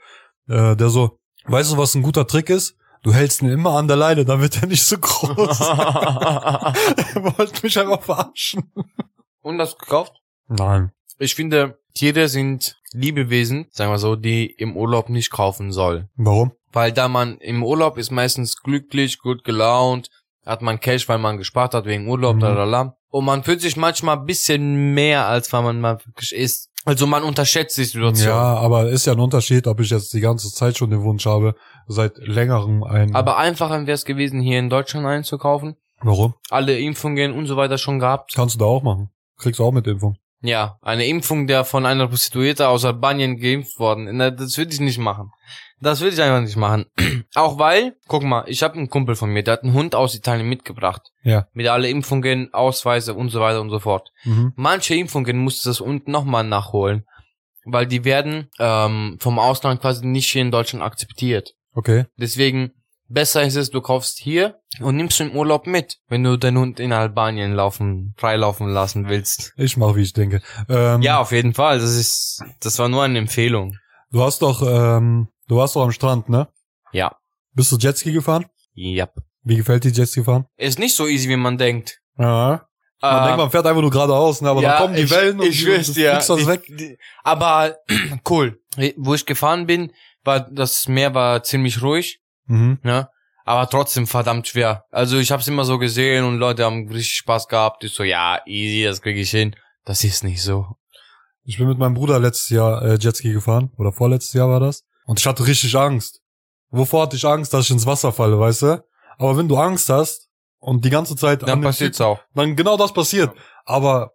S1: Äh, der so, weißt du, was ein guter Trick ist? Du hältst ihn immer an der Leine, dann wird er nicht so groß. [laughs]
S3: [laughs]
S1: er wollte mich einfach verarschen.
S3: [laughs] und das gekauft?
S1: Nein.
S3: Ich finde, Tiere sind Liebewesen, sagen wir so, die im Urlaub nicht kaufen soll.
S1: Warum?
S3: Weil da man im Urlaub ist meistens glücklich, gut gelaunt, hat man Cash, weil man gespart hat wegen Urlaub,
S1: Mhm.
S3: lalala. Und man fühlt sich manchmal ein bisschen mehr, als wenn man mal wirklich ist. Also man unterschätzt die Situation.
S1: Ja, aber ist ja ein Unterschied, ob ich jetzt die ganze Zeit schon den Wunsch habe, seit längerem einen.
S3: Aber einfacher wäre es gewesen, hier in Deutschland einzukaufen.
S1: warum?
S3: Alle Impfungen und so weiter schon gehabt.
S1: Kannst du da auch machen. Kriegst du auch mit Impfung.
S3: Ja, eine Impfung, der von einer Prostituierte aus Albanien geimpft worden. Na, das würde ich nicht machen. Das würde ich einfach nicht machen. [clears throat] Auch weil, guck mal, ich habe einen Kumpel von mir, der hat einen Hund aus Italien mitgebracht.
S1: Ja.
S3: Mit alle Impfungen, Ausweise und so weiter und so fort.
S1: Mhm.
S3: Manche Impfungen musste das unten nochmal nachholen, weil die werden ähm, vom Ausland quasi nicht hier in Deutschland akzeptiert.
S1: Okay.
S3: Deswegen besser ist es, du kaufst hier und nimmst ihn im Urlaub mit, wenn du deinen Hund in Albanien laufen, freilaufen lassen willst.
S1: Ich mache, wie ich denke. Ähm,
S3: Ja, auf jeden Fall. Das ist, das war nur eine Empfehlung.
S1: Du hast doch, ähm, du warst doch am Strand, ne?
S3: Ja.
S1: Bist du Jetski gefahren?
S3: Ja.
S1: Wie gefällt dir Jetski fahren?
S3: Ist nicht so easy, wie man denkt. Ah,
S1: Ja. Man denkt, man fährt einfach nur geradeaus, ne? Aber
S3: ja,
S1: dann kommen die
S3: ich,
S1: Wellen
S3: ich
S1: und du
S3: schwör's dir.
S1: fliegst das
S3: Ich-
S1: weg.
S3: die- Aber [clears throat] cool. Wo ich gefahren bin, war das Meer war ziemlich ruhig,
S1: Mhm.
S3: ne? Aber trotzdem verdammt schwer. Also ich hab's immer so gesehen und Leute haben richtig Spaß gehabt. Ich so, ja, easy, das krieg ich hin. Das ist nicht so.
S1: Ich bin mit meinem Bruder letztes Jahr äh, Jetski gefahren. Oder vorletztes Jahr war das. Und ich hatte richtig Angst. Wovor hatte ich Angst, dass ich ins Wasser falle, weißt du? Aber wenn du Angst hast und die ganze Zeit
S3: Dann
S1: an dem
S3: passiert's
S1: Typ-
S3: auch.
S1: dann genau das passiert. Aber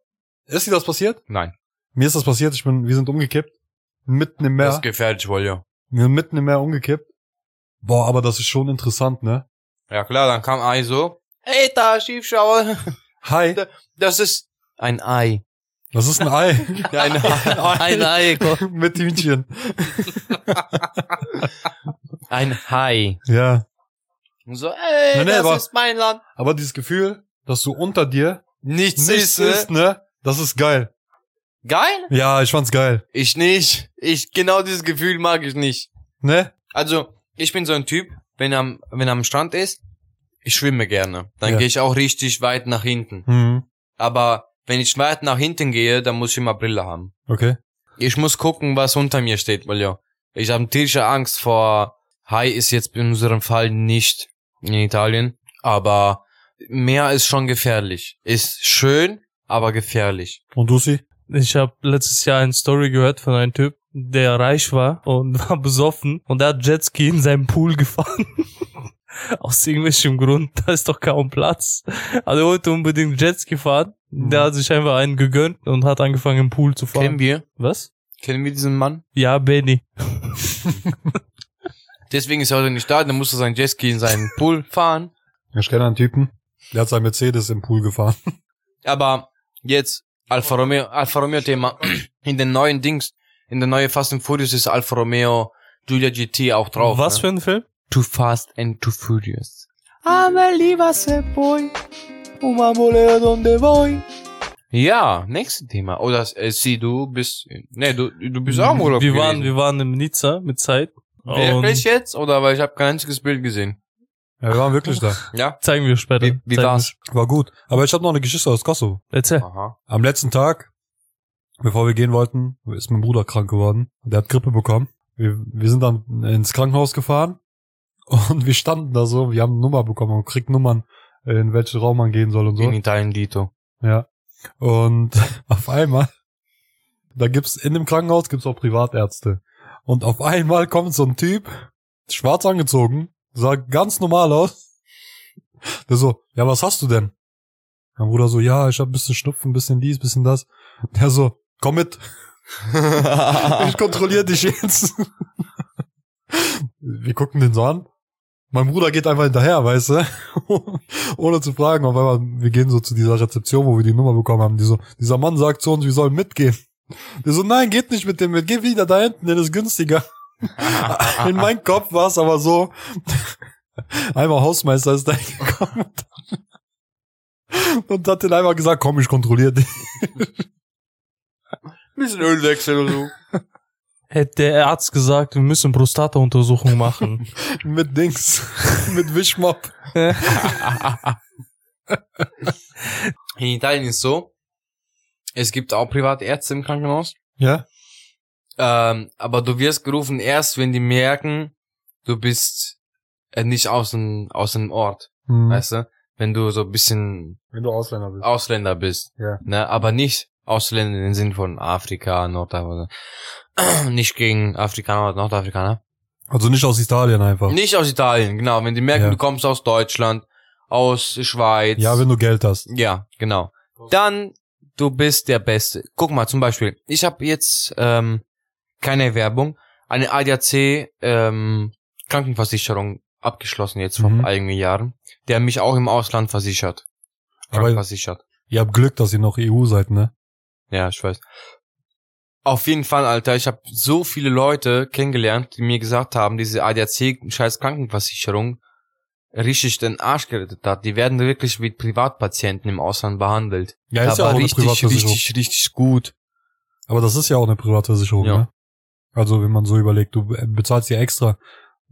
S1: ist dir das passiert?
S3: Nein.
S1: Mir ist das passiert, ich bin, wir sind umgekippt. Mitten im Meer.
S3: Das ist gefährlich, wohl ja.
S1: Mir mitten im Meer umgekippt. Boah, aber das ist schon interessant, ne?
S3: Ja klar, dann kam Ei so. Ey, da, Schiefschauer.
S1: Hi,
S3: [laughs] Das ist ein [laughs] Ei.
S1: das ist ein
S3: [laughs]
S1: Ei [laughs]
S3: Ein Ei.
S2: Ei.
S1: mit Hühnchen.
S3: Ein Hai.
S1: Ja.
S3: Und so, ey,
S1: Nee, nee,
S3: das
S1: aber-
S3: ist mein Land.
S1: Aber dieses Gefühl, dass du unter dir
S3: Nichts,
S1: nichts
S3: ne?
S1: ist, äh, ne? Das ist geil.
S3: Geil?
S1: Ja, ich fand's geil.
S3: Ich nicht. Ich, genau dieses Gefühl mag ich nicht.
S1: Ne?
S3: Also, ich bin so ein Typ, wenn am, wenn am Strand ist, ich schwimme gerne. Dann
S1: Ja.
S3: gehe ich auch richtig weit nach hinten.
S1: Hm.
S3: Aber wenn ich weit nach hinten gehe, dann muss ich immer Brille haben.
S1: Okay.
S3: Ich muss gucken, was unter mir steht, weil ja. Ich habe tierische Angst vor Hai ist jetzt in unserem Fall nicht in Italien, aber Meer ist schon gefährlich. Ist schön, aber gefährlich.
S1: Und Lucy?
S2: Ich habe letztes Jahr eine Story gehört von einem Typ, der reich war und [laughs] war besoffen und der hat Jetski in seinem Pool gefahren. [laughs] Aus irgendwelchem Grund, da ist doch kaum Platz. Also er wollte unbedingt Jetski fahren.
S3: Mhm.
S2: Der hat sich einfach einen gegönnt und hat angefangen im Pool zu fahren.
S3: Kennen wir?
S2: Was?
S3: Kennen wir diesen Mann?
S2: Ja, Benny.
S3: Deswegen ist er heute nicht da, dann musste sein Jetski in [laughs] seinen Pool fahren.
S1: Ich kenne einen Typen, der hat sein Mercedes im Pool gefahren.
S3: Aber jetzt Alfa Romeo, Alfa Romeo Thema. In den neuen Dings, in der neuen Fast and Furious ist Alfa Romeo Giulia GT auch drauf.
S2: Was
S3: ne?
S2: für ein Film?
S3: Too Fast and Too Furious. Aber lieber se voy, uma bolero donde voy. Ja, nächstes Thema. Oder äh, sie, du bist, nee, du, du bist auch im Urlaub
S2: wir waren,
S3: gewesen.
S2: wir waren in Nizza mit Zeit.
S3: Wirklich
S2: Und
S3: jetzt? Oder weil ich habe kein einziges Bild gesehen.
S1: [laughs] Ja, wir waren wirklich da.
S3: Ja?
S2: zeigen wir später.
S3: Wie, wie
S2: Zeigen
S3: war's?
S1: War gut. Aber ich habe noch eine Geschichte aus Kosovo.
S2: wir- Erzähl.
S3: Aha.
S1: Am letzten Tag, bevor wir gehen wollten, ist mein Bruder krank geworden. Der hat Grippe bekommen. Wir, wir sind dann ins Krankenhaus gefahren und wir standen da so, wir haben eine Nummer bekommen und kriegt Nummern, in welchen Raum man gehen soll und so.
S3: In Italien, Dito.
S1: Ja. Und [laughs] auf einmal, da gibt's in dem Krankenhaus gibt's auch Privatärzte. Und auf einmal kommt so ein Typ, schwarz angezogen, sah ganz normal aus. Der so, ja, was hast du denn? Mein Bruder so, ja, ich hab ein bisschen Schnupfen, ein bisschen dies, ein bisschen das. Der so, komm mit, ich kontrolliere dich jetzt. Wir gucken den so an. Mein Bruder geht einfach hinterher, weißt du? Ohne zu fragen. Auf einmal, wir gehen so zu dieser Rezeption, wo wir die Nummer bekommen haben. Die so, dieser Mann sagt zu uns, wir sollen mitgehen. Wir so, nein, geht nicht mit dem mit, geh wieder da hinten, der ist [laughs] günstiger. In meinem Kopf war es aber so. [laughs] Einmal Hausmeister ist da hingekommen und- und hat den einmal gesagt, komm, ich kontrolliere dich.
S3: bisschen Ölwechsel oder so.
S2: Hätte der Arzt gesagt, wir müssen Prostata-Untersuchung machen.
S1: [laughs]
S2: [laughs]
S1: Mit Dings. [laughs] Mit Wischmopp.
S3: In Italien ist so, es gibt auch Privatärzte im Krankenhaus.
S1: Ja?
S3: Ähm, aber du wirst gerufen erst, wenn die merken, du bist äh, nicht aus dem, aus dem Ort,
S1: Hm.
S3: weißt du? Wenn du so ein bisschen
S1: Wenn du Ausländer bist.
S3: Ausländer bist,
S1: Ja.
S3: ne? Aber nicht Ausländer im Sinn von Afrika, Nordafrika. [clears throat] Nicht gegen Afrikaner oder Nordafrikaner.
S1: Also nicht aus Italien einfach.
S3: Nicht aus Italien, genau. Wenn die merken,
S1: Ja.
S3: du kommst aus Deutschland, aus Schweiz.
S1: Ja, wenn du Geld hast.
S3: Ja, genau. Dann, du bist der Beste. Guck mal, zum Beispiel, ich habe jetzt ähm, keine Werbung, eine ADAC ähm, Krankenversicherung abgeschlossen jetzt vor
S1: Mhm.
S3: einigen Jahren, der mich auch im Ausland versichert.
S1: Aber-
S3: Krankenversichert.
S1: Ihr habt Glück, dass ihr noch EU seid, ne?
S3: Ja, ich weiß. Auf jeden Fall, Alter, ich habe so viele Leute kennengelernt, die mir gesagt haben, diese ADAC scheiß Krankenversicherung richtig den Arsch gerettet hat. Die werden wirklich wie Privatpatienten im Ausland behandelt.
S1: Ja,
S3: aber richtig, richtig, richtig gut.
S1: Aber das ist ja auch eine Privatversicherung,
S3: Ja.
S1: ne? Also wenn man so überlegt, du äh, bezahlst ja extra.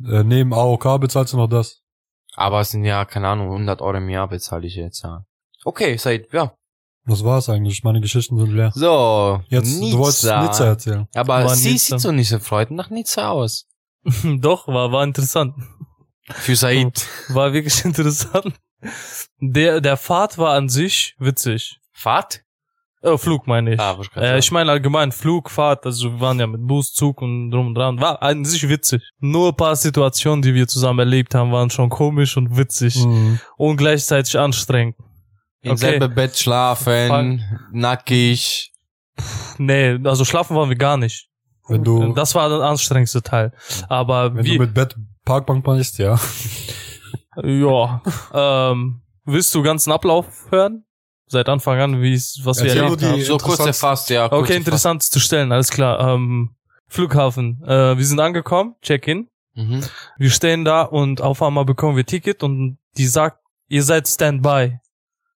S1: Äh, neben AOK bezahlst du noch das.
S3: Aber es sind ja, keine Ahnung, 100 Euro im Jahr bezahle ich jetzt, ja. Okay, seid, ja.
S1: Das war's eigentlich. Meine Geschichten sind leer.
S3: So,
S1: Jetzt, du wolltest Nizza erzählen.
S3: Aber
S2: War
S3: sie
S2: Nizza.
S3: sieht so nicht so freut nach Nizza aus.
S2: Doch, war, war interessant.
S3: Für Said.
S2: War wirklich [laughs] interessant. Der, der Fahrt war an sich witzig.
S3: Fahrt?
S2: Äh, Flug meine ich.
S3: Ah, was kann ich
S2: äh,
S3: sagen?
S2: ich meine allgemein Flug, Fahrt, also wir waren ja mit Bus, Zug und drum und dran. War an sich witzig. Nur ein paar Situationen, die wir zusammen erlebt haben, waren schon komisch und witzig
S1: Mhm.
S2: und gleichzeitig anstrengend.
S3: Im
S2: okay.
S3: selben Bett schlafen, nackig.
S2: Nee, also schlafen waren wir gar nicht.
S1: Wenn du,
S2: Das war der anstrengendste Teil. Aber
S1: wenn
S2: wie,
S1: du mit Bett Parkbank machst, ja.
S2: ja, ähm, willst du ganzen Ablauf hören? Seit Anfang an, wie es- was wir
S1: Erzähl
S2: erlebt
S1: nur
S2: haben.
S1: die
S3: So kurz
S1: interessant-
S3: erfasst, ja. Kurz
S2: Okay, interessant zu stellen, alles klar. Ähm, Flughafen. Äh, wir sind angekommen, Check-in.
S3: erfasst. Mhm.
S2: Wir stehen da und auf einmal bekommen wir Ticket und die sagt, ihr seid Standby.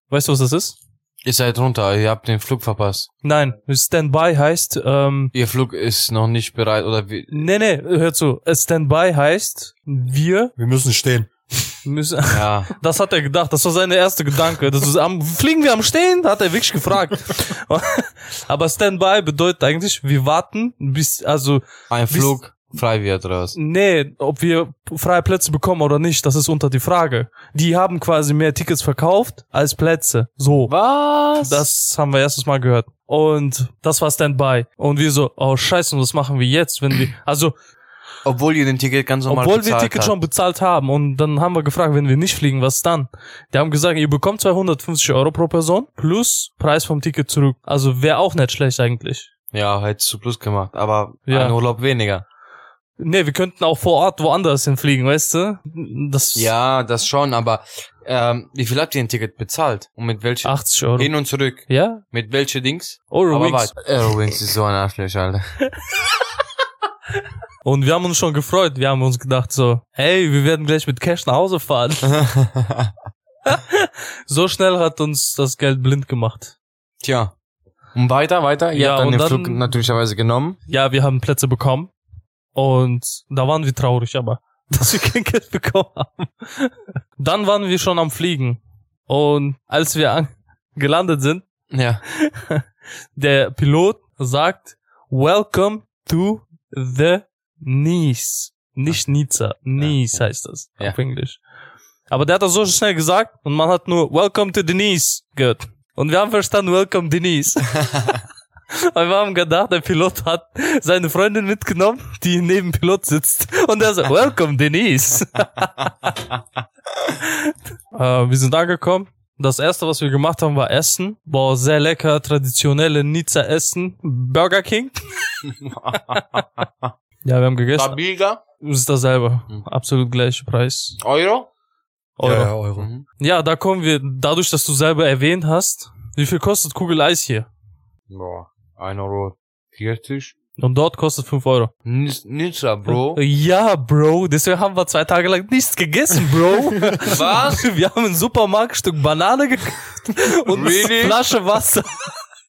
S2: Weißt du, was das ist?
S3: Ihr seid runter, ihr habt den Flug verpasst.
S2: Nein, Standby heißt, ähm,
S3: Ihr Flug ist noch nicht bereit oder wie?
S2: nee, nee, hör zu. Standby heißt, wir
S1: Wir müssen stehen.
S2: müssen, [laughs]
S3: Ja.
S2: Das hat er gedacht. Das war seine erste Gedanke. Das ist am, fliegen wir am Stehen? Hat er wirklich gefragt. [laughs] Aber Standby bedeutet eigentlich, wir warten bis, also,
S3: Ein
S2: Wisst-
S3: Flug frei wird raus.
S2: nee, ob wir freie Plätze bekommen oder nicht, das ist unter die Frage. Die haben quasi mehr Tickets verkauft als Plätze. So.
S3: Was?
S2: Das haben wir erstes Mal gehört. Und das war Standby. Und wir so, oh scheiße, und was machen wir jetzt, wenn wir, also,
S3: Obwohl ihr den Ticket ganz normal
S2: obwohl wir
S3: bezahlt
S2: Ticket
S3: habt.
S2: schon bezahlt haben. Und dann haben wir gefragt, wenn wir nicht fliegen, was dann? Die haben gesagt, ihr bekommt 250 Euro pro Person plus Preis vom Ticket zurück. Also wäre auch nicht schlecht eigentlich.
S3: Ja, hättest du plus gemacht, aber
S2: Ja.
S3: ein Urlaub weniger.
S2: Nee, wir könnten auch vor Ort woanders hinfliegen, weißt du? Das
S3: Ja, das schon, aber ähm, wie viel habt ihr ein Ticket bezahlt? Und mit welchen?
S2: 80 Euro.
S3: Hin und zurück.
S2: Ja?
S3: Mit welche Dings?
S2: Euro
S3: Aber
S2: Wings.
S3: warte. Aerowings ist so ein Arschloch, Alter.
S2: [laughs] Und wir haben uns schon gefreut. Wir haben uns gedacht so, ey, wir werden gleich mit Cash nach Hause fahren. [laughs] so schnell hat uns das Geld blind gemacht.
S3: Tja. Und weiter, weiter. Ihr
S2: Ja,
S3: habt dann
S2: und
S3: den
S2: dann-
S3: Flug natürlicherweise genommen.
S2: Ja, wir haben Plätze bekommen. Und da waren wir traurig, aber, [laughs] dass wir kein Geld bekommen haben. Dann waren wir schon am Fliegen. Und als wir an gelandet sind,
S3: Ja.
S2: der Pilot sagt, Welcome to the Nice. Nicht Nizza. Nice
S3: Ah. ja.
S2: heißt das
S3: Ja.
S2: auf Englisch. Aber der hat das so schnell gesagt und man hat nur Welcome to Denise gehört. Und wir haben verstanden Welcome
S3: [laughs]
S2: Denise. Weil wir haben gedacht, der Pilot hat seine Freundin mitgenommen, die neben dem Pilot sitzt. Und er sagt, Welcome Denise. [laughs] äh, wir sind angekommen. Das erste, was wir gemacht haben, war Essen. Boah, sehr lecker, traditionelle Nizza Essen. Burger [laughs] King. ja, wir haben gegessen.
S3: Stabiler
S2: Ist dasselbe.
S3: Mhm.
S2: Absolut gleicher Preis.
S3: Euro.
S2: Euro.
S1: Ja,
S2: Hm. Ja,
S1: ja, Euro.
S3: Mhm.
S2: da kommen wir, dadurch, dass du selber erwähnt hast, wie viel kostet Kugel Eis hier?
S3: Boah, 1 Euro 40.
S2: Und dort kostet 5 Euro.
S3: Nizza, Bro.
S2: äh, Ja, Bro, deswegen haben wir zwei Tage lang nichts gegessen, Bro.
S3: [laughs] Was?
S2: Wir haben im Supermarkt ein Stück Banane gekauft und
S3: Really?
S2: eine Flasche Wasser.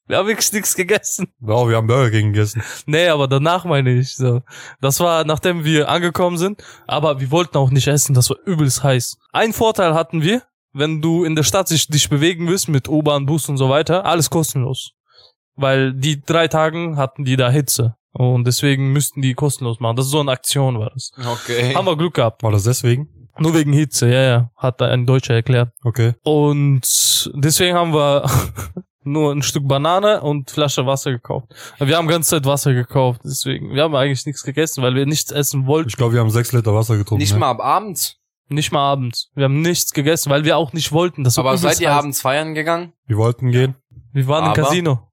S2: Wir haben wirklich nichts gegessen.
S1: Wow, wir haben Burger King gegessen.
S2: Nee, aber danach meine ich so. Das war, nachdem wir angekommen sind, aber wir wollten auch nicht essen, das war übelst heiß. Ein Vorteil hatten wir, wenn du in der Stadt sich, dich bewegen willst mit U-Bahn, Bus und so weiter, alles kostenlos. Weil die drei Tagen hatten die da Hitze. Und deswegen müssten die kostenlos machen. Das ist so eine Aktion war das.
S3: Okay.
S2: Haben wir Glück gehabt.
S1: War das deswegen?
S2: Nur wegen Hitze, ja, ja, hat da ein Deutscher erklärt.
S1: Okay.
S2: Und deswegen haben wir [laughs] nur ein Stück Banane und Flasche Wasser gekauft. Wir haben die ganze Zeit Wasser gekauft, deswegen. Wir haben eigentlich nichts gegessen, weil wir nichts essen wollten.
S1: Ich glaube, wir haben sechs Liter Wasser getrunken.
S3: Nicht
S1: ne?
S3: mal ab abends.
S2: Nicht mal abends. Wir haben nichts gegessen, weil wir auch nicht wollten. Das war
S3: Aber
S2: übelst
S3: seid ihr
S2: heiß.
S3: abends feiern gegangen?
S1: Wir wollten gehen.
S2: Wir waren
S3: Aber-
S2: im
S3: [laughs]
S2: Casino.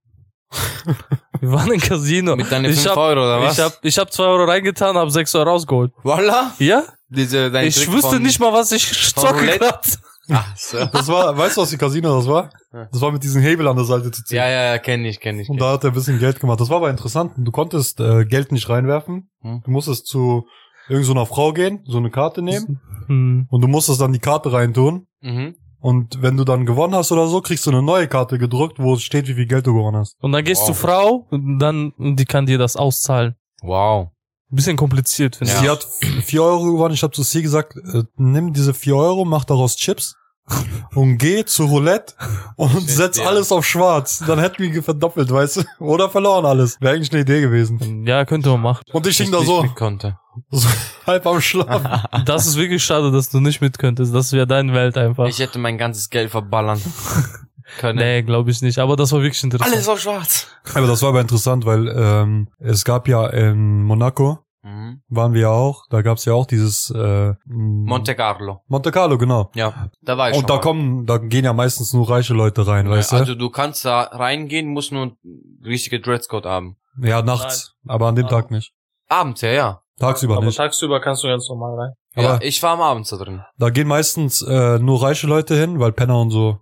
S2: wir waren im Casino.
S3: Mit deinen
S2: ich
S3: 5
S2: hab,
S3: Euro oder was?
S2: ich hab, ich hab zwei Euro reingetan, hab sechs Euro rausgeholt.
S3: Voila!
S2: Ja?
S3: Diese, dein
S2: ich
S3: Trick
S2: wusste
S3: von-
S2: nicht mal, was ich zocke
S3: Roulette?
S2: grad.
S3: Ach so.
S1: Das war, weißt du, was die Casino das war?
S3: Ja.
S1: Das war mit diesem Hebel an der Seite zu ziehen.
S3: Ja, ja, ja, kenn ich, kenn ich.
S1: Und
S3: Kenn.
S1: da hat er ein bisschen Geld gemacht. Das war aber interessant. Du konntest äh, Geld nicht reinwerfen.
S3: Hm.
S1: Du musstest zu irgendeiner Frau gehen, so eine Karte nehmen
S2: Hm.
S1: und du musstest dann die Karte reintun.
S3: ich. Mhm.
S1: Und wenn du dann gewonnen hast oder so, kriegst du eine neue Karte gedruckt, wo es steht, wie viel Geld du gewonnen hast.
S2: Und dann gehst
S3: Wow.
S2: du Frau, und dann, die kann dir das auszahlen.
S3: Wow.
S2: Bisschen kompliziert, finde
S3: Ja.
S1: Sie hat vier Euro gewonnen. Ich habe zu sie gesagt, äh, nimm diese vier Euro, mach daraus
S3: [laughs]
S1: Chips und geh zu Roulette und
S3: Shit,
S1: setz
S3: ja.
S1: alles auf schwarz. Dann hätten wir verdoppelt, weißt du? Oder verloren alles. Wäre eigentlich eine Idee gewesen.
S2: ich. Ja, könnte man machen.
S1: Und ich hing
S3: ich
S1: da
S3: nicht
S1: so,
S3: mit Konnte.
S1: so halb am Schlafen.
S2: Das ist wirklich schade, dass du nicht mit könntest. Das wäre deine Welt einfach.
S3: Ich hätte mein ganzes Geld verballern können.
S2: nee, glaube ich nicht. Aber das war wirklich interessant.
S3: Alles auf schwarz.
S1: Aber Also, das war aber interessant, weil ähm, es gab ja in Monaco,
S3: Mhm.
S1: waren wir ja auch, da gab's ja auch dieses äh,
S3: Monte Carlo.
S1: Monte Carlo, genau.
S3: Ja, da war ich schon
S1: Und da
S3: mal.
S1: kommen, da gehen ja meistens nur reiche Leute rein, weißt du?
S3: Also du kannst da reingehen, musst nur richtige Dresscode haben.
S1: Ja, nachts, aber an dem
S2: Ah.
S1: Tag nicht.
S3: Abends, ja, ja.
S1: Tagsüber
S2: Aber
S1: nicht.
S2: tagsüber kannst du ganz normal rein.
S3: Ja,
S1: Aber-
S3: ich war am Abend da drin.
S1: Da gehen meistens äh, nur reiche Leute hin, weil Penner und so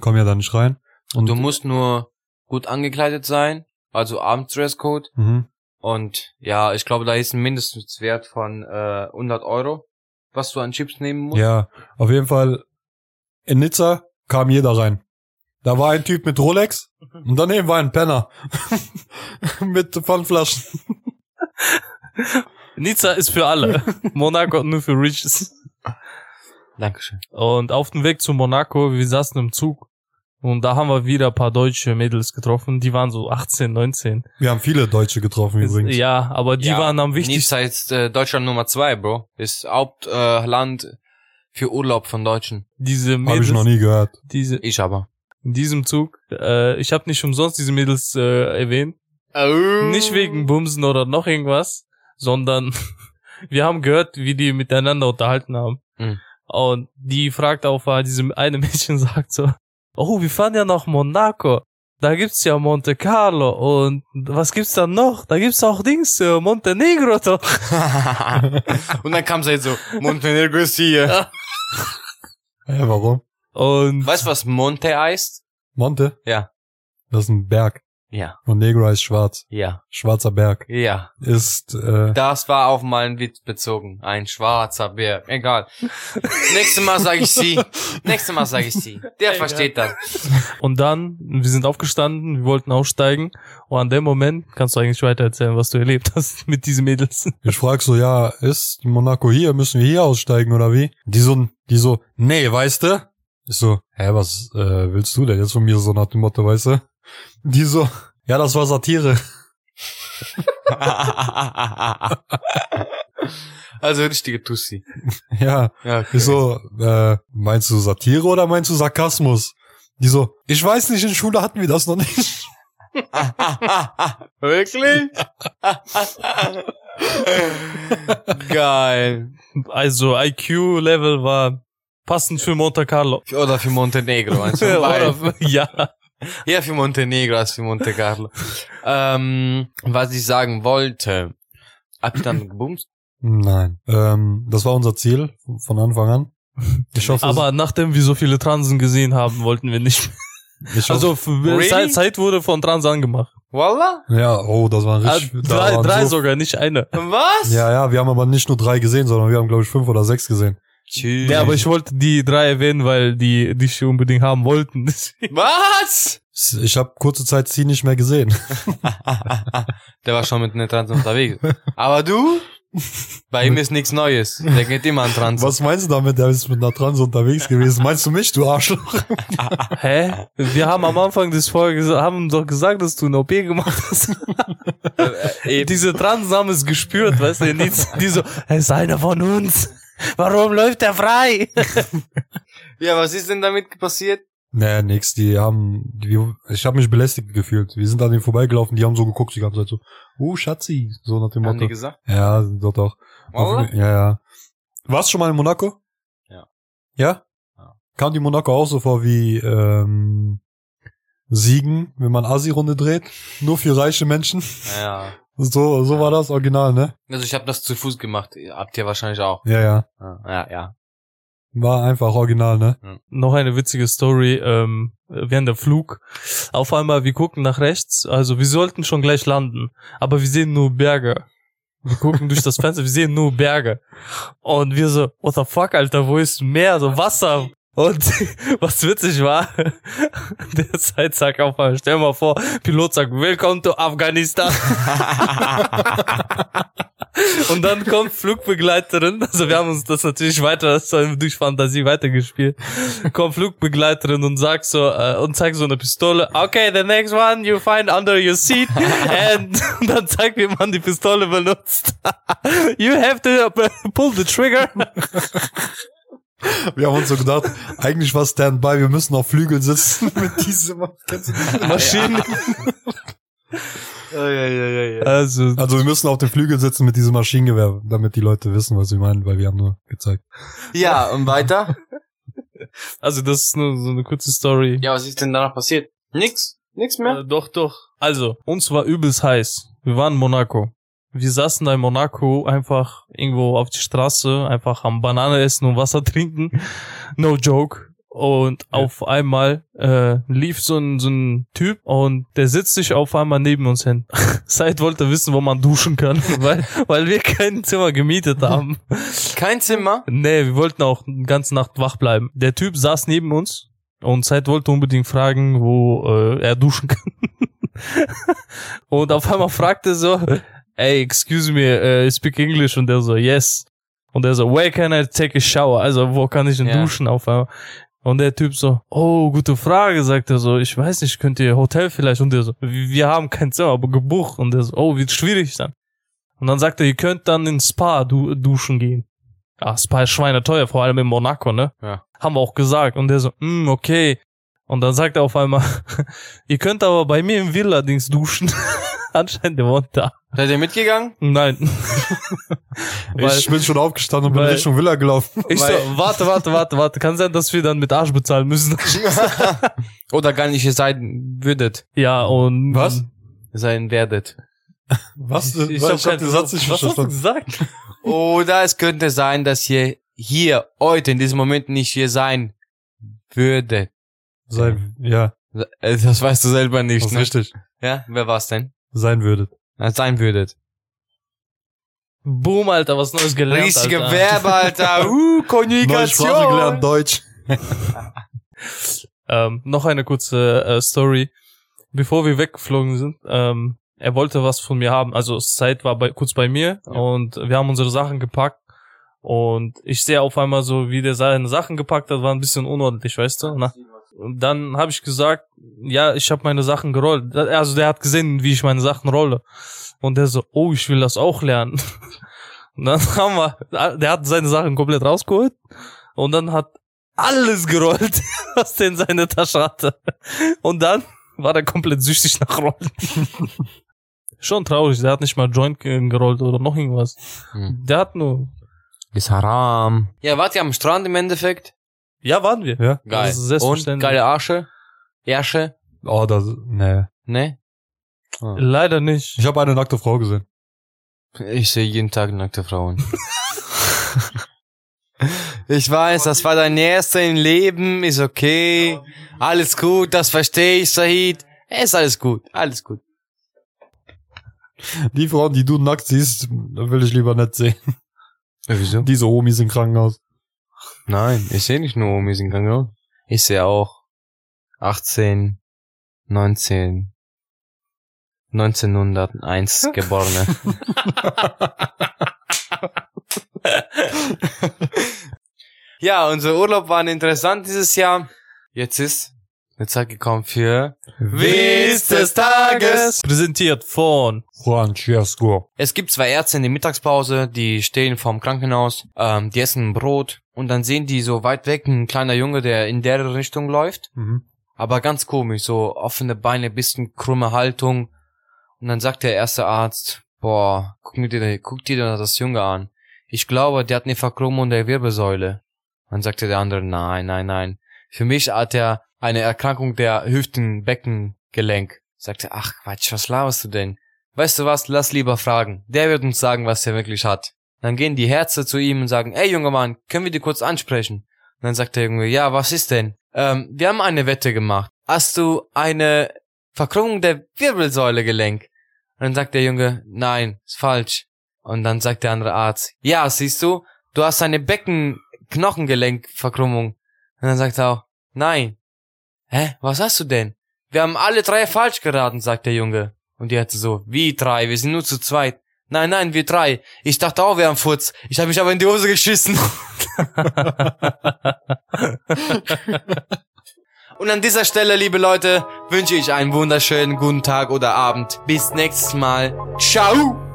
S1: kommen ja da nicht rein. Und
S3: Du musst nur gut angekleidet sein, also Abenddresscode.
S1: Mhm.
S3: Und ja, ich glaube, da ist ein Mindestwert von äh, 100 Euro, was du an Chips nehmen musst.
S1: Ja, auf jeden Fall. In Nizza kam jeder rein. Da war ein Typ mit Rolex und daneben war ein Penner [laughs] mit Pfandflaschen.
S2: Nizza ist für
S3: [laughs]
S2: alle. Monaco nur für Riches.
S3: Dankeschön.
S2: Und auf dem Weg zu Monaco, wir saßen im Zug. Und da haben wir wieder ein paar deutsche Mädels getroffen. Die waren so 18, 19.
S1: Wir haben viele Deutsche getroffen übrigens.
S2: Ja, aber die
S3: Ja,
S2: waren am wichtigsten.
S3: Nizza ist äh, Deutschland Nummer zwei, Bro. Ist Hauptland äh, Land für Urlaub von Deutschen.
S2: Diese
S1: Hab ich noch
S2: Mädels,
S1: nie gehört.
S2: diese,
S3: Ich aber.
S2: in diesem Zug. Äh, ich habe nicht umsonst diese Mädels äh, erwähnt. Nicht wegen Bumsen oder noch irgendwas, sondern [laughs] wir haben gehört, wie die miteinander unterhalten haben.
S3: Mhm.
S2: Und die fragt auch, weil diese eine [laughs] Mädchen sagt so, oh, wir fahren ja nach Monaco. Da gibt's ja Monte Carlo und was gibt's da noch? Da gibt's auch Dings, äh, Montenegro doch.
S3: [laughs] Und dann kam sie halt so, Montenegro ist hier.
S1: Hä, warum?
S2: Und
S3: [laughs] Weißt du, was Monte heißt?
S1: Monte?
S3: Ja.
S1: Das ist ein Berg.
S3: Ja,
S1: Und Negro heißt schwarz.
S3: ja,
S1: Schwarzer Berg.
S3: ja.
S1: Ist, äh,
S3: Das war auf meinen Witz bezogen. Ein schwarzer Bär. Egal. Nächstes Mal sage ich sie. Nächstes Mal sage ich sie.
S2: Egal.
S3: Der versteht [laughs] das.
S2: Und dann, wir sind aufgestanden, wir wollten aussteigen. Und an dem Moment kannst du eigentlich weiter erzählen, was du erlebt [laughs] hast mit diesen Mädels.
S1: ich frag so, ja, ist Monaco hier? Müssen wir hier aussteigen oder wie? Die so, die so, nee, weißt du? Ich so, hä, was, äh, willst du denn jetzt von mir so nach dem Motto, weißt du? Die so, ja, das war Satire. [laughs]
S3: Also richtige Tussi.
S1: Ja,
S3: Ja, okay.
S1: ich so, äh, meinst du Satire oder meinst du Sarkasmus? Die so, ich weiß nicht, in Schule hatten wir das noch nicht.
S3: Wirklich? [laughs] Geil.
S2: Also IQ-Level war passend für Monte Carlo.
S3: Oder für Montenegro, meinst du? Weil-
S2: [laughs] Oder, ja.
S3: Eher für Montenegro als für Monte Carlo. ähm, was ich sagen wollte. Hab ich dann gebumst?
S1: Nein. Ähm, das war unser Ziel von Anfang an. Ich hoffe,
S2: Aber nachdem wir so viele Transen gesehen haben, wollten wir nicht. mehr.
S1: ich hoffe,
S2: Also f-
S3: Really?
S2: Zeit, Zeit wurde von Trans angemacht.
S3: Voila?
S1: ja, oh, das war
S2: Ah,
S1: richtig. da
S2: drei
S1: waren
S2: drei
S1: so
S2: sogar, nicht eine.
S3: Was?
S1: Ja, ja, wir haben aber nicht nur drei gesehen, sondern wir haben, glaube ich, fünf oder sechs gesehen.
S3: Tschüss.
S2: Ja, aber ich wollte die drei erwähnen, weil die dich unbedingt haben wollten. [laughs]
S3: Was?
S1: Ich habe kurze Zeit sie nicht mehr gesehen.
S3: Der war schon mit einer Trans unterwegs. Aber du? Bei ihm ist nichts Neues. Der geht immer an
S1: [laughs]
S3: Trans.
S1: Was meinst du damit? Der ist mit einer Trans unterwegs gewesen. Meinst du mich, du Arschloch?
S2: Hä? Wir haben am Anfang des Folges haben doch gesagt, dass du ein OP gemacht hast.
S3: Äh, Eben.
S2: Diese Trans haben es gespürt, weißt du, die, die so, er ist einer von uns. Warum läuft er frei?
S3: Ja, was ist denn damit passiert?
S1: [laughs] Nee, nix. Die haben, die, ich habe mich belästigt gefühlt. Wir sind an denen vorbeigelaufen, die haben so geguckt, die ganze Zeit so, uh, Schatzi, so nach dem
S3: Haben die
S1: Motto.
S3: gesagt?
S1: Ja, doch, doch. [laughs]
S3: Voila?
S1: Ja, ja. Warst du schon mal in Monaco?
S3: Ja.
S1: Ja?
S3: Ja.
S1: Kam die Monaco auch so vor wie, ähm, Siegen, wenn man Asi-Runde dreht? Nur für reiche Menschen? [laughs]
S3: Ja.
S1: So, so war das Original, ne?
S3: Also ich habe das zu Fuß gemacht. Habt ihr wahrscheinlich auch. Ah,
S1: Ja, ja.
S3: Ja, ja.
S1: War einfach original, ne?
S2: noch eine witzige Story, ähm, während der Flug. Auf einmal, wir gucken nach rechts, also wir sollten schon gleich landen, aber wir sehen nur Berge. Wir gucken durch das Fenster, wir sehen nur Berge. Und wir so, what the fuck, Alter, wo ist Meer, so Wasser? Und [laughs] was witzig war, [laughs] der Zeitsack auf einmal, stell mal vor, Pilot sagt, willkommen to Afghanistan. [laughs] Und dann kommt Flugbegleiterin, also wir haben uns das natürlich weiter das haben wir durch Fantasie weitergespielt. Kommt Flugbegleiterin und sagt so äh, und zeigt so eine Pistole. Okay, the next one you find under your seat and und dann zeigt wie man die Pistole benutzt. [laughs] You have to uh, pull the trigger.
S1: Wir haben uns so gedacht, eigentlich war Standby, wir müssen auf Flügeln sitzen mit diesem.
S2: Maschinen.
S3: Ja, ja, ja, ja.
S2: Also
S1: Also wir müssen auf den Flügeln sitzen mit diesem Maschinengewehr, damit die Leute wissen, was wir meinen, weil wir haben nur gezeigt.
S3: Ja, und [laughs] weiter?
S2: also das ist nur so eine kurze Story.
S3: Ja, was ist denn danach passiert? Nix. Nix mehr?
S2: Äh, doch, doch. Also, uns war übelst heiß. Wir waren in Monaco. Wir saßen da in Monaco einfach irgendwo auf die Straße, einfach am Banane essen und Wasser [laughs] trinken. No joke. Und auf einmal äh, lief so ein, so ein Typ und der sitzt sich auf einmal neben uns hin. [laughs] Said wollte wissen, wo man duschen kann, [laughs] weil, weil wir kein Zimmer gemietet haben.
S3: Kein Zimmer?
S2: Nee, wir wollten auch die ganze Nacht wach bleiben. Der Typ saß neben uns und Zeit wollte unbedingt fragen, wo äh, er duschen kann. [laughs] und auf einmal fragte er so, ey, excuse me, äh, I speak English? Und der so, yes. Und er so, where can I take a shower? Also, wo kann ich denn
S3: Ja.
S2: duschen auf einmal? Und der Typ so, oh, gute Frage, sagt er so, ich weiß nicht, könnt ihr Hotel vielleicht? Und der so, wir haben kein Zimmer, aber gebucht. Und der so, oh, wird schwierig dann. Und dann sagt er, ihr könnt dann in Spa du duschen gehen. Ah, Spa ist schweineteuer, vor allem in Monaco, ne?
S3: Ja.
S2: Haben wir auch gesagt. Und der so, hm, okay. Und dann sagt er auf einmal, [laughs] ihr könnt aber bei mir im Villa-Dings duschen. [laughs] Anscheinend, der wohnt da.
S3: Seid ihr [laughs] mitgegangen?
S2: Nein. Weil-
S1: ich bin schon aufgestanden und bin
S2: weil-
S1: Richtung Villa gelaufen.
S2: Ich so,
S3: Weil-
S2: warte, warte, warte, warte. Kann sein, dass wir dann mit Arsch bezahlen müssen. [laughs]
S3: Oder gar nicht, ihr seid würdet.
S2: ja, und.
S1: Was?
S3: Ihr seid werdet.
S1: Was?
S2: Ich, ich,
S1: ich
S2: hab
S1: hab
S2: keinen-
S1: den Satz nicht
S2: Was hast du
S1: verstanden.
S2: gesagt?
S3: Oder es könnte sein, dass ihr hier, heute, in diesem Moment nicht hier sein würdet.
S1: Sein, ja,
S3: Äh, Das weißt du selber
S1: das
S3: nicht,
S1: ist
S3: ne?
S1: richtig.
S3: Ja, wer war's denn?
S1: Sein würdet.
S3: Na, sein würdet.
S2: Boom, Alter, was Neues gelernt.
S3: Richtige
S2: Alter. [laughs]
S3: Verbe, [laughs] Alter. Uh,
S1: Neue Sprache
S3: Konjugation.
S1: gelernt, Deutsch.
S2: Ähm, noch eine kurze äh, Story. Bevor wir weggeflogen sind, ähm, er wollte was von mir haben. Also Zeit war bei, kurz bei mir
S3: Ja.
S2: und wir haben unsere Sachen gepackt. Und ich sehe auf einmal so, wie der seine Sachen gepackt hat, war ein bisschen unordentlich, weißt du? Na, und dann habe ich gesagt, ja, ich habe meine Sachen gerollt. Da- Also der hat gesehen, wie ich meine Sachen rolle. Und der so, oh, ich will das auch lernen. [laughs] Und dann haben wir, der hat seine Sachen komplett rausgeholt und dann hat alles gerollt, was der in seiner Tasche hatte. Und dann war er komplett süchtig nach Rollen. [laughs] Schon traurig, der hat nicht mal Joint ge- gerollt oder noch irgendwas.
S3: Hm.
S2: Der hat nur.
S3: Ist haram. Ja, wart ihr am Strand im Endeffekt?
S2: Ja, waren wir.
S1: Ja.
S3: Geil.
S2: Das ist
S3: Und
S2: selbstverständlich.
S3: geile Asche? Ärsche?
S1: Oh, das, nee.
S3: Ne?
S2: Leider nicht.
S1: Ich habe eine nackte Frau gesehen.
S3: Ich sehe jeden Tag nackte Frauen. ich weiß, das war dein erster im Leben, ist okay. Alles gut, das verstehe ich, Sahid. Ist alles gut, alles gut.
S1: Die Frauen, die du nackt siehst, will ich lieber nicht sehen.
S3: Wieso?
S1: Diese Omis im Krankenhaus.
S3: Nein, ich sehe nicht nur Omis in Gangnam. Ich sehe auch 18, 19, 1901 [laughs] Geborene. ja, unser Urlaub war interessant dieses Jahr. Jetzt ist eine Zeit gekommen für Witz des Tages.
S2: Präsentiert von.
S1: Francesco.
S3: Es gibt zwei Ärzte in der Mittagspause, die stehen vorm Krankenhaus, ähm, die essen ein Brot und dann sehen die so weit weg ein kleiner Junge, der in der Richtung läuft.
S1: Mhm.
S3: aber ganz komisch, so offene Beine, bisschen krumme Haltung. Und dann sagt der erste Arzt, boah, guck mir dir, guck dir doch das Junge an. Ich glaube, der hat eine Verkrümmung der Wirbelsäule. Dann sagte der andere, nein, nein, nein. Für mich hat er eine Erkrankung der Hüften, Becken, Gelenk. Sagte, ach Quatsch, was laberst du denn? Weißt du was, lass lieber fragen. Der wird uns sagen, was er wirklich hat. Dann gehen die Ärzte zu ihm und sagen, ey junger Mann, können wir dir kurz ansprechen? Und dann sagt der Junge, ja, was ist denn? Ähm, wir haben eine Wette gemacht. Hast du eine Verkrümmung der Wirbelsäule gelenk? Und dann sagt der Junge, nein, ist falsch. Und dann sagt der andere Arzt, ja, siehst du, du hast eine Beckenknochengelenkverkrümmung. Und dann sagt er auch, nein. Hä, was hast du denn? Wir haben alle drei falsch geraten, sagt der Junge. Und die hatte so, wie drei, wir sind nur zu zweit. Nein, nein, wir drei. Ich dachte auch, wir haben Furz. Ich habe mich aber in die Hose geschissen. [laughs] Und an dieser Stelle, liebe Leute, wünsche ich einen wunderschönen guten Tag oder Abend. Bis nächstes Mal. Ciao!